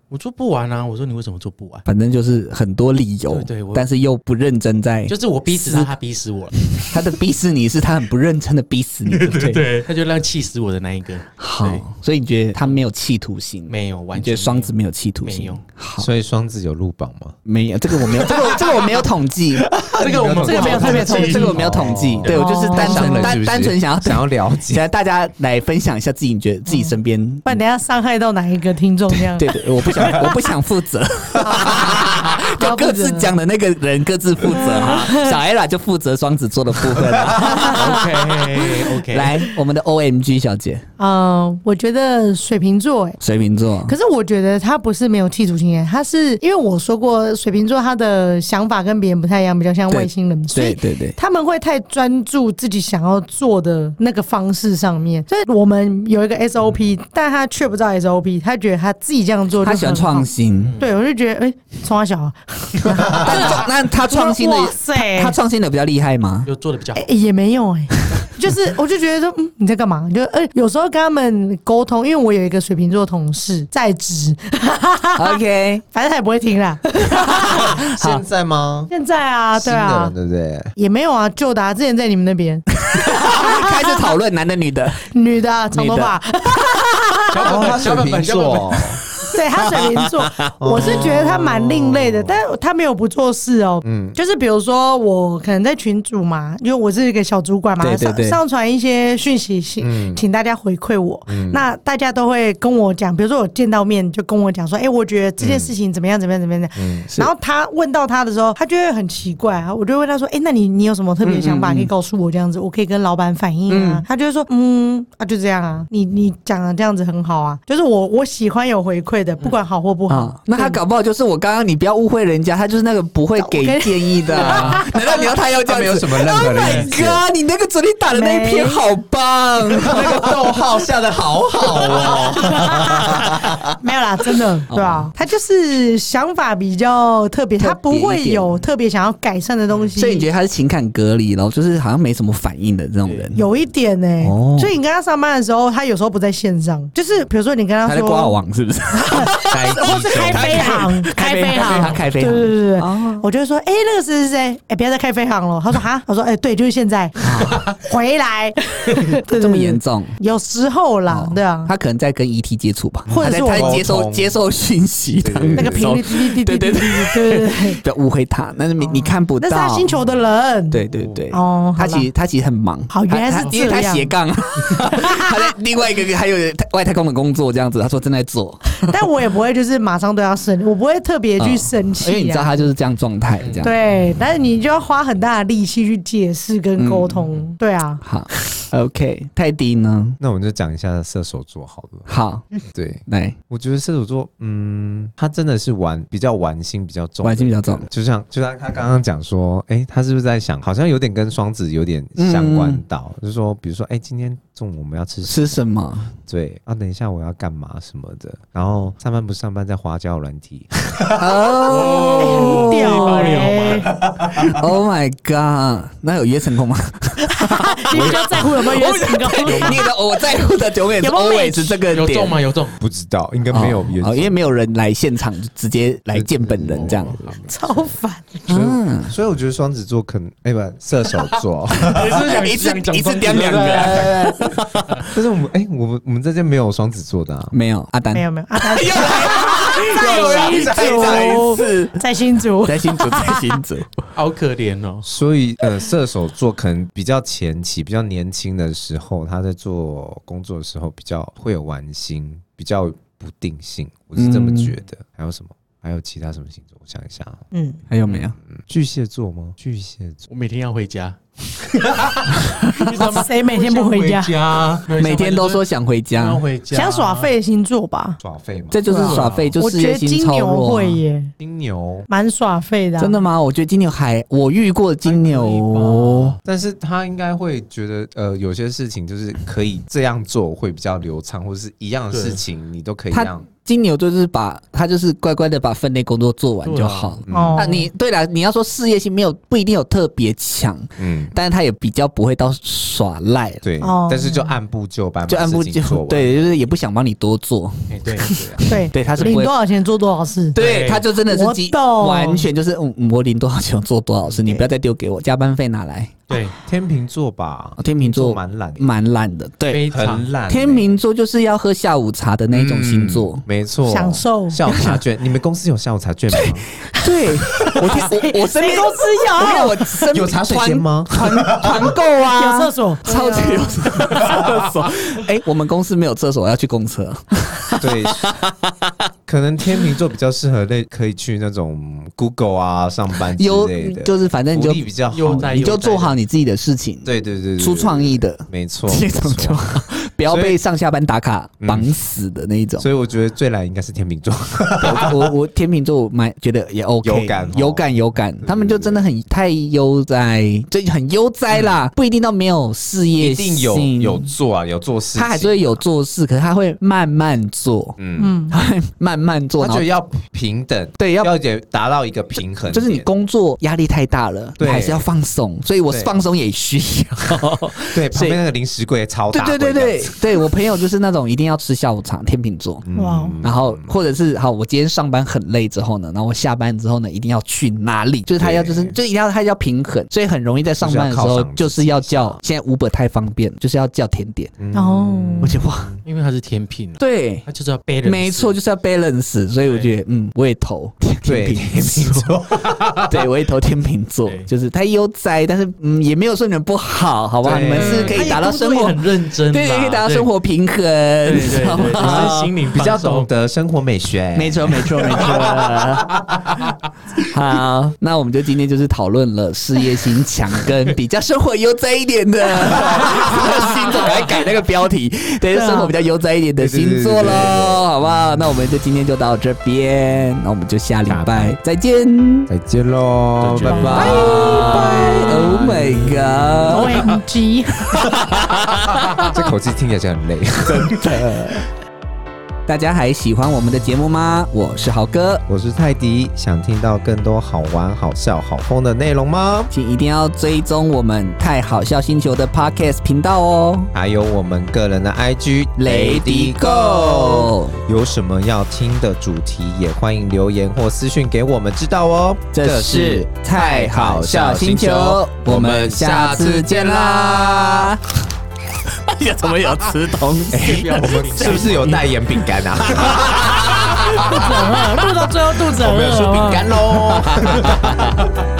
S4: 我做不完啊，我说你为什么做不完？
S2: 反正就是很多理由，
S4: 对对我
S2: 但是又不认真在，
S4: 就是我逼死他，他逼死我了。
S2: <laughs> 他的逼死你是他很不认真的逼死你，对不对？
S4: 对，他就让气死我的那一个，对
S2: 好，所以你觉得他没有企图心，
S4: 没有完
S2: 你觉得
S4: 全
S2: 双子没有企图
S4: 没
S2: 心
S4: 有，
S2: 好，
S3: 所以双子有入榜吗？
S2: 没有这个我没有，这个我这个我没有统计，
S4: 这个我们
S2: 这个没有
S4: 不
S2: 特
S4: 好
S2: 别统
S4: 统
S2: 计，
S4: 计
S2: 这个我没有统计
S3: 哦，
S2: 对我就是单
S3: 伤
S2: 纯
S3: 人是不
S2: 单
S3: 是
S2: 单纯想要
S3: 想要了
S2: <laughs> 现，
S3: 解
S2: 在大家来分享一下自己，你觉得自己身边，
S1: 不然等一下伤害到哪一个听众这 <laughs> 样？
S2: 对对，我不想我不想负
S1: <laughs>
S2: 责，
S1: 不要负
S2: 就
S1: 责
S2: 各自讲的那个人各自负责
S1: <laughs>
S2: 哈。小 ella 就负责双子座的部分了。
S4: OK OK，
S2: 来，我们的 OMG 小姐，
S1: 嗯，我觉得水瓶座、哎。
S2: 水瓶座，
S1: 可是我觉得他不是没有企图心哎，他是因为我说过水瓶座他的想法跟别人不太一样，比较像
S2: 对
S1: 外星人，所
S2: 对
S1: 以
S2: 对对，
S1: 他们会太专注自己想要做的那个方式上面，所以我们有一个 SOP，、但他却不知道 SOP，他觉得他自己这样做就
S2: 嗯他喜欢
S1: 很好
S2: 创。新，嗯
S1: 对，我就觉得，哎、从小、啊，
S2: 但是那他创新的，
S1: 哇塞，
S2: 他创新的比较厉害吗？
S4: 又做的
S2: <laughs>
S4: 比较好
S1: 哎、。也没有哎、就是我就觉得说，嗯，你在干嘛？就哎、有时候跟他们沟通，因为我有一个水瓶座同事在职， <laughs>
S2: OK，
S1: 反正他也不会听
S2: <laughs>
S1: 啦。
S3: 现在吗？
S1: 现在啊，对啊
S3: 新，的人对不对？
S1: 也没有啊，旧的、啊，之前在你们那
S3: <laughs>
S1: 边，
S2: 开始讨论男的女的，
S1: 女的啊长头发，
S3: 小
S2: 哦
S3: 本本，小本本，小本本。
S1: <laughs> 对她水瓶
S2: <laughs>
S1: 座，
S2: 哦
S1: 我是觉得她蛮另类的，但她没有不做事哦。嗯，就是比如说我可能在群组嘛，因为我是一个小主管嘛，
S2: 对对对嗯
S1: 上上传一些讯息，请、请大家回馈我。那大家都会跟我讲，比如说我见到面就跟我讲说，哎、我觉得
S2: 嗯
S1: 这件事情怎么样怎么样怎么样。怎么样然后他问到他的时候，他就会很奇怪啊，我就会问他说，哎、那你你有什么特别的想法可以告诉我这样子，我可以跟老板反映啊。他就会说，嗯啊就这样啊，你你讲的这样子很好啊，就是我我喜欢有回馈的，不管好或不好。
S2: 啊，那他搞不好就是我刚刚，你不要误会人家，他就是那个不会给建议的啊、 <laughs> 难道你要他要这
S3: 他
S2: 样
S3: 没
S2: 子？
S3: 有什么任
S2: <laughs> Oh
S3: 何的意
S2: my
S3: 思。
S2: god！你那个昨天打的那一篇好 <laughs> 棒，
S3: 那个逗号下的好好哦，
S2: 嗯
S1: <laughs> 没有啦，真的，对啊，他就是想法比较特别，
S2: 特
S1: 他
S2: 别
S1: 不会有特别想要改善的东西。
S2: <laughs> 所以你觉得他是情感隔离咯，就是好像没什么反应的这种人，
S1: 有一点呢、
S2: 哦
S1: 所以你跟他上班的时候，他有时候不在线上，就是比如说你跟
S2: 他
S1: 他
S2: 在挂
S1: 说，
S2: 网是不是？
S1: 或是开飞航，开飞
S2: 他
S1: 航，
S2: 开飞
S1: 对对
S2: 航。
S1: 对对，
S2: 哦
S1: 我就会说，哎、那个谁谁谁，哎、不要再开飞航了。他说哈，我说哎、对，就是现在， <laughs> 回
S2: <laughs>
S1: 来，
S2: 这
S1: 这
S2: 么严？哦重？
S1: 有时候啦，对
S2: <laughs>
S1: 啊，
S2: 他可能在跟 ET 接触吧，
S1: 或者
S2: 他在
S1: 是我
S2: 他在接
S3: 沟
S2: 受
S3: 通
S2: 接受讯息的
S3: 对对对
S1: 那个频率滴滴滴滴滴滴对对对，
S2: 不要误会他，哦但是你你看不
S1: 那
S2: 到，
S1: 是他星球的人，
S2: 对对对，
S1: 哦
S2: 他
S1: 好啦
S2: 其实他其实很忙，
S1: 好
S2: 他
S1: 原来是
S2: 他因为他
S1: 这样
S2: 斜杠，他在另外一个还有外太空的工作这样子，他说正在做，
S1: <laughs> 但我也不会就是马上对他生，我不会特别去生气、啊
S2: 嗯因为你知道他就是这样状态这样。嗯
S1: 对，但是你就要花很大的力气去解释跟沟通，对啊。
S2: 好， OK，泰迪呢？
S3: 那我们就讲一下射手座好了。
S2: 好，
S3: 对，
S2: 来，
S3: 我觉得射手座，嗯，他真的是玩比较玩心比较重的，
S2: 玩心比较重
S3: 就像就像他刚刚讲说，哎、他是不是在想，好像有点跟双子有点相关到，就是说，比如说，哎、今天中午我们要吃
S2: 吃什么？
S3: <laughs> 对啊，等一下我要干嘛什么的，然后上班不上班在花椒软体，
S2: 哦
S1: 很屌
S4: 爆料
S1: 哎、
S2: ，Oh my god，那有约成功吗？
S1: 你比较在乎有没有约成功？
S2: 你的我在乎的永远是
S1: 有没有
S2: always 这个
S4: 有
S2: 点
S4: 中吗？有中，
S3: <laughs> 不知道应该
S2: 哦
S3: 没有原因、
S2: 哦，因为没有人来现场，就直接来见本人这样。
S1: 超烦，
S3: 所以、所以我觉得双子座可能，哎、不，射手座，
S4: 你是不是想
S2: 一次
S4: 想讲
S2: 一次
S4: 中
S2: 点两个，
S3: <laughs> 但是我们，哎、我们我们这边没有双子座的、啊，
S2: 没有阿丹
S1: 没有没有啊，他
S2: 又来
S1: 新
S2: 再来一次，
S1: 在新
S2: <laughs>
S1: 竹，
S2: 在新组，在新组，
S4: 好可怜哦。
S3: 所以，呃，射手座可能比较前期、比较年轻的时候，他在做工作的时候比较会有玩心，比较不定性，我是这么觉得。还有什么？还有其他什么星座？我想一下啊，
S1: 嗯，
S2: 还有没有？
S3: 嗯巨蟹座吗？巨蟹座，
S4: 我每天要回家，
S1: 谁每天不回家
S4: 我？想回家
S2: 每天都说想回家
S4: 要，回家，
S1: 想耍废的星座吧？
S3: 耍废吗？
S2: 这就是耍废，就
S1: 我
S2: 事
S1: 觉
S2: 业
S1: 得
S2: 心
S1: 金
S2: 超
S1: 牛
S2: 弱啊
S1: 会。耶，
S3: 金牛，
S1: 蛮耍废的、啊
S2: 真的，吗？我觉得金牛还我遇过金牛，
S3: 但是他应该会觉得，呃，有些事情就是可以这样做会比较流畅，或者是一样的
S4: 对
S3: 事情你都可以
S2: 他
S3: 让。
S2: 金牛就是把他就是乖乖的把分内工作做完就好。
S3: 嗯
S1: 哦
S2: 啊，你对了，你要说事业心没有不一定有特别强，
S3: 嗯，
S2: 但是他也比较不会到耍赖了，
S3: 对，
S1: 哦
S3: 但是就按部就班，
S2: 就按部就
S3: 班，
S2: 对，就是也不想帮你多做，
S4: 哎对，
S3: 啊
S1: 对，
S2: 对，他是不
S1: 领
S2: 会
S1: 多。少钱做多少事，
S2: 对，
S4: 对
S2: 他就真的是
S1: 我
S2: 基
S1: 懂
S2: 完全就是嗯，嗯我领多少钱我做多少事，你
S1: 对
S2: 不要再丢给我，加班费拿来。
S4: 对，
S3: 天秤座吧
S2: 哦，天秤座
S3: 蛮懒的，
S2: 蛮懒的，对，
S4: 非常
S3: 很懒欸、
S2: 天秤座就是要喝下午茶的那一种星座
S3: 嗯，没错，
S1: 享受
S3: 下午茶
S2: <laughs>
S3: 券。你们公司有下午茶券吗？
S2: 对 <laughs> 我天我我身边
S1: 谁公司有
S2: 我跟你讲我身边
S3: <laughs> 有茶水间吗
S2: 团团团购啊，
S3: <laughs>
S1: 有厕所
S2: 超级有
S3: 啊
S2: 厕所。 <laughs> 哎，我们公司没有厕所，要去公
S3: <laughs>
S2: 厕。
S3: 对，可能天秤座比较适合类，可以去那种 Google 啊上班之
S2: 有
S3: 类的，
S2: 就是反正你
S3: 福
S2: 就
S3: 利比较好。
S4: 悠哉
S2: 你就做好你自己的事情，
S3: 对对对对，
S2: 出创意的
S3: 对，没错，
S2: 这种
S3: 没
S2: 就
S3: 错。
S2: 好，不要
S3: 所以嗯
S2: 被上下班打卡绑死的那一种。
S3: 所以我觉得最懒应该是天秤
S2: <laughs>
S3: 座，
S2: 我我我天秤座蛮觉得也 OK，
S3: 有感哦
S2: 有感有感，他们就真的很太悠哉，就很悠哉啦，不一定到没有事业
S3: 嗯一
S2: 心，
S3: 定有有做啊，有做事情，
S2: 他还是会有做事，可是他会慢慢做，
S3: 嗯，
S1: 嗯，
S2: 他会慢慢做，然
S3: 他觉
S2: 后
S3: 得要平等，
S2: 对要
S3: 要也达到一个平衡点，
S2: 就是你工作压力太大了，
S3: 对
S2: 还是要放松，所以我
S3: 对
S2: 放松也需
S3: <laughs>
S2: 要。
S3: 对旁
S2: 所以
S3: 边那个零食柜嗯超
S2: 对
S3: 大，
S2: 对对对，对，我朋友就是那种一定要吃下午茶，天秤座。
S1: 哇，
S2: 然后，或者是好，我今天上班很累之后呢，然后我下班之后呢，一定要去哪里？就是他要，就是
S3: 对
S2: 就一定要他要平衡，所以很容易在上班的时
S3: 就是
S2: 候
S3: 要犒赏自己
S2: 就是要叫，现在 Uber 太方便，就是要叫甜点。
S1: 哦，
S2: 我觉得哇，
S4: 因为他是天秤啊，
S2: 嗯对，
S4: 他就是要 balance，
S2: 没错，就是要 balance，所以我觉得嗯，我也投
S3: 对
S2: 天秤座， <laughs> 对我也投天秤座
S4: 对，
S2: 就是他悠哉，但是嗯，也没有说你们不好，好不好？
S3: 对
S2: 你们是可
S4: 他
S2: 以
S4: 也
S2: 达到
S4: 工作
S2: 生
S4: 也
S2: 活，
S4: 很认真啦，
S2: 对，可以达到生活平衡，
S4: 对，对对
S2: 知道吗
S4: 对，就是心灵
S3: 比较
S4: 放松
S3: 懂得生活美学，
S2: 没错，没错， <laughs> 没错。好，那我们就今天就是讨论了事业心强跟比较生活悠哉一点的星座，赶快改那个标题，对，
S1: 啊
S2: 生活比较悠哉一点的星座
S3: 对对对对对
S2: 喽，
S3: 对
S2: 好不好？那我们就今天就到这边，那我们就下礼拜再见，
S3: 再见喽，
S4: 再见
S3: 拜哦
S2: 拜拜，Oh my god！
S1: O M G。
S3: 这口气听起来就很累。
S2: <laughs> 大家还喜欢我们的节目吗？我是豪哥。
S3: <laughs> 我是泰迪，想听到更多好玩、好笑、好疯的内容吗？
S2: 请一定要追踪我们太好笑星球的 Podcast 频道哦。
S3: 还有我们个人的 IG
S2: 雷迪 Go，
S3: 有什么要听的主题，也欢迎留言或私讯给我们知道哦。
S2: 这是太好笑星球，我们下次见
S3: <laughs>
S2: 啦！也怎么有吃东西？
S3: 这是太好笑星球！我们哎 <laughs> 是不是有代言饼干啊？ <laughs>
S1: 肚子很饿，录到最后肚子很饿。
S3: 我们有说饼干喽。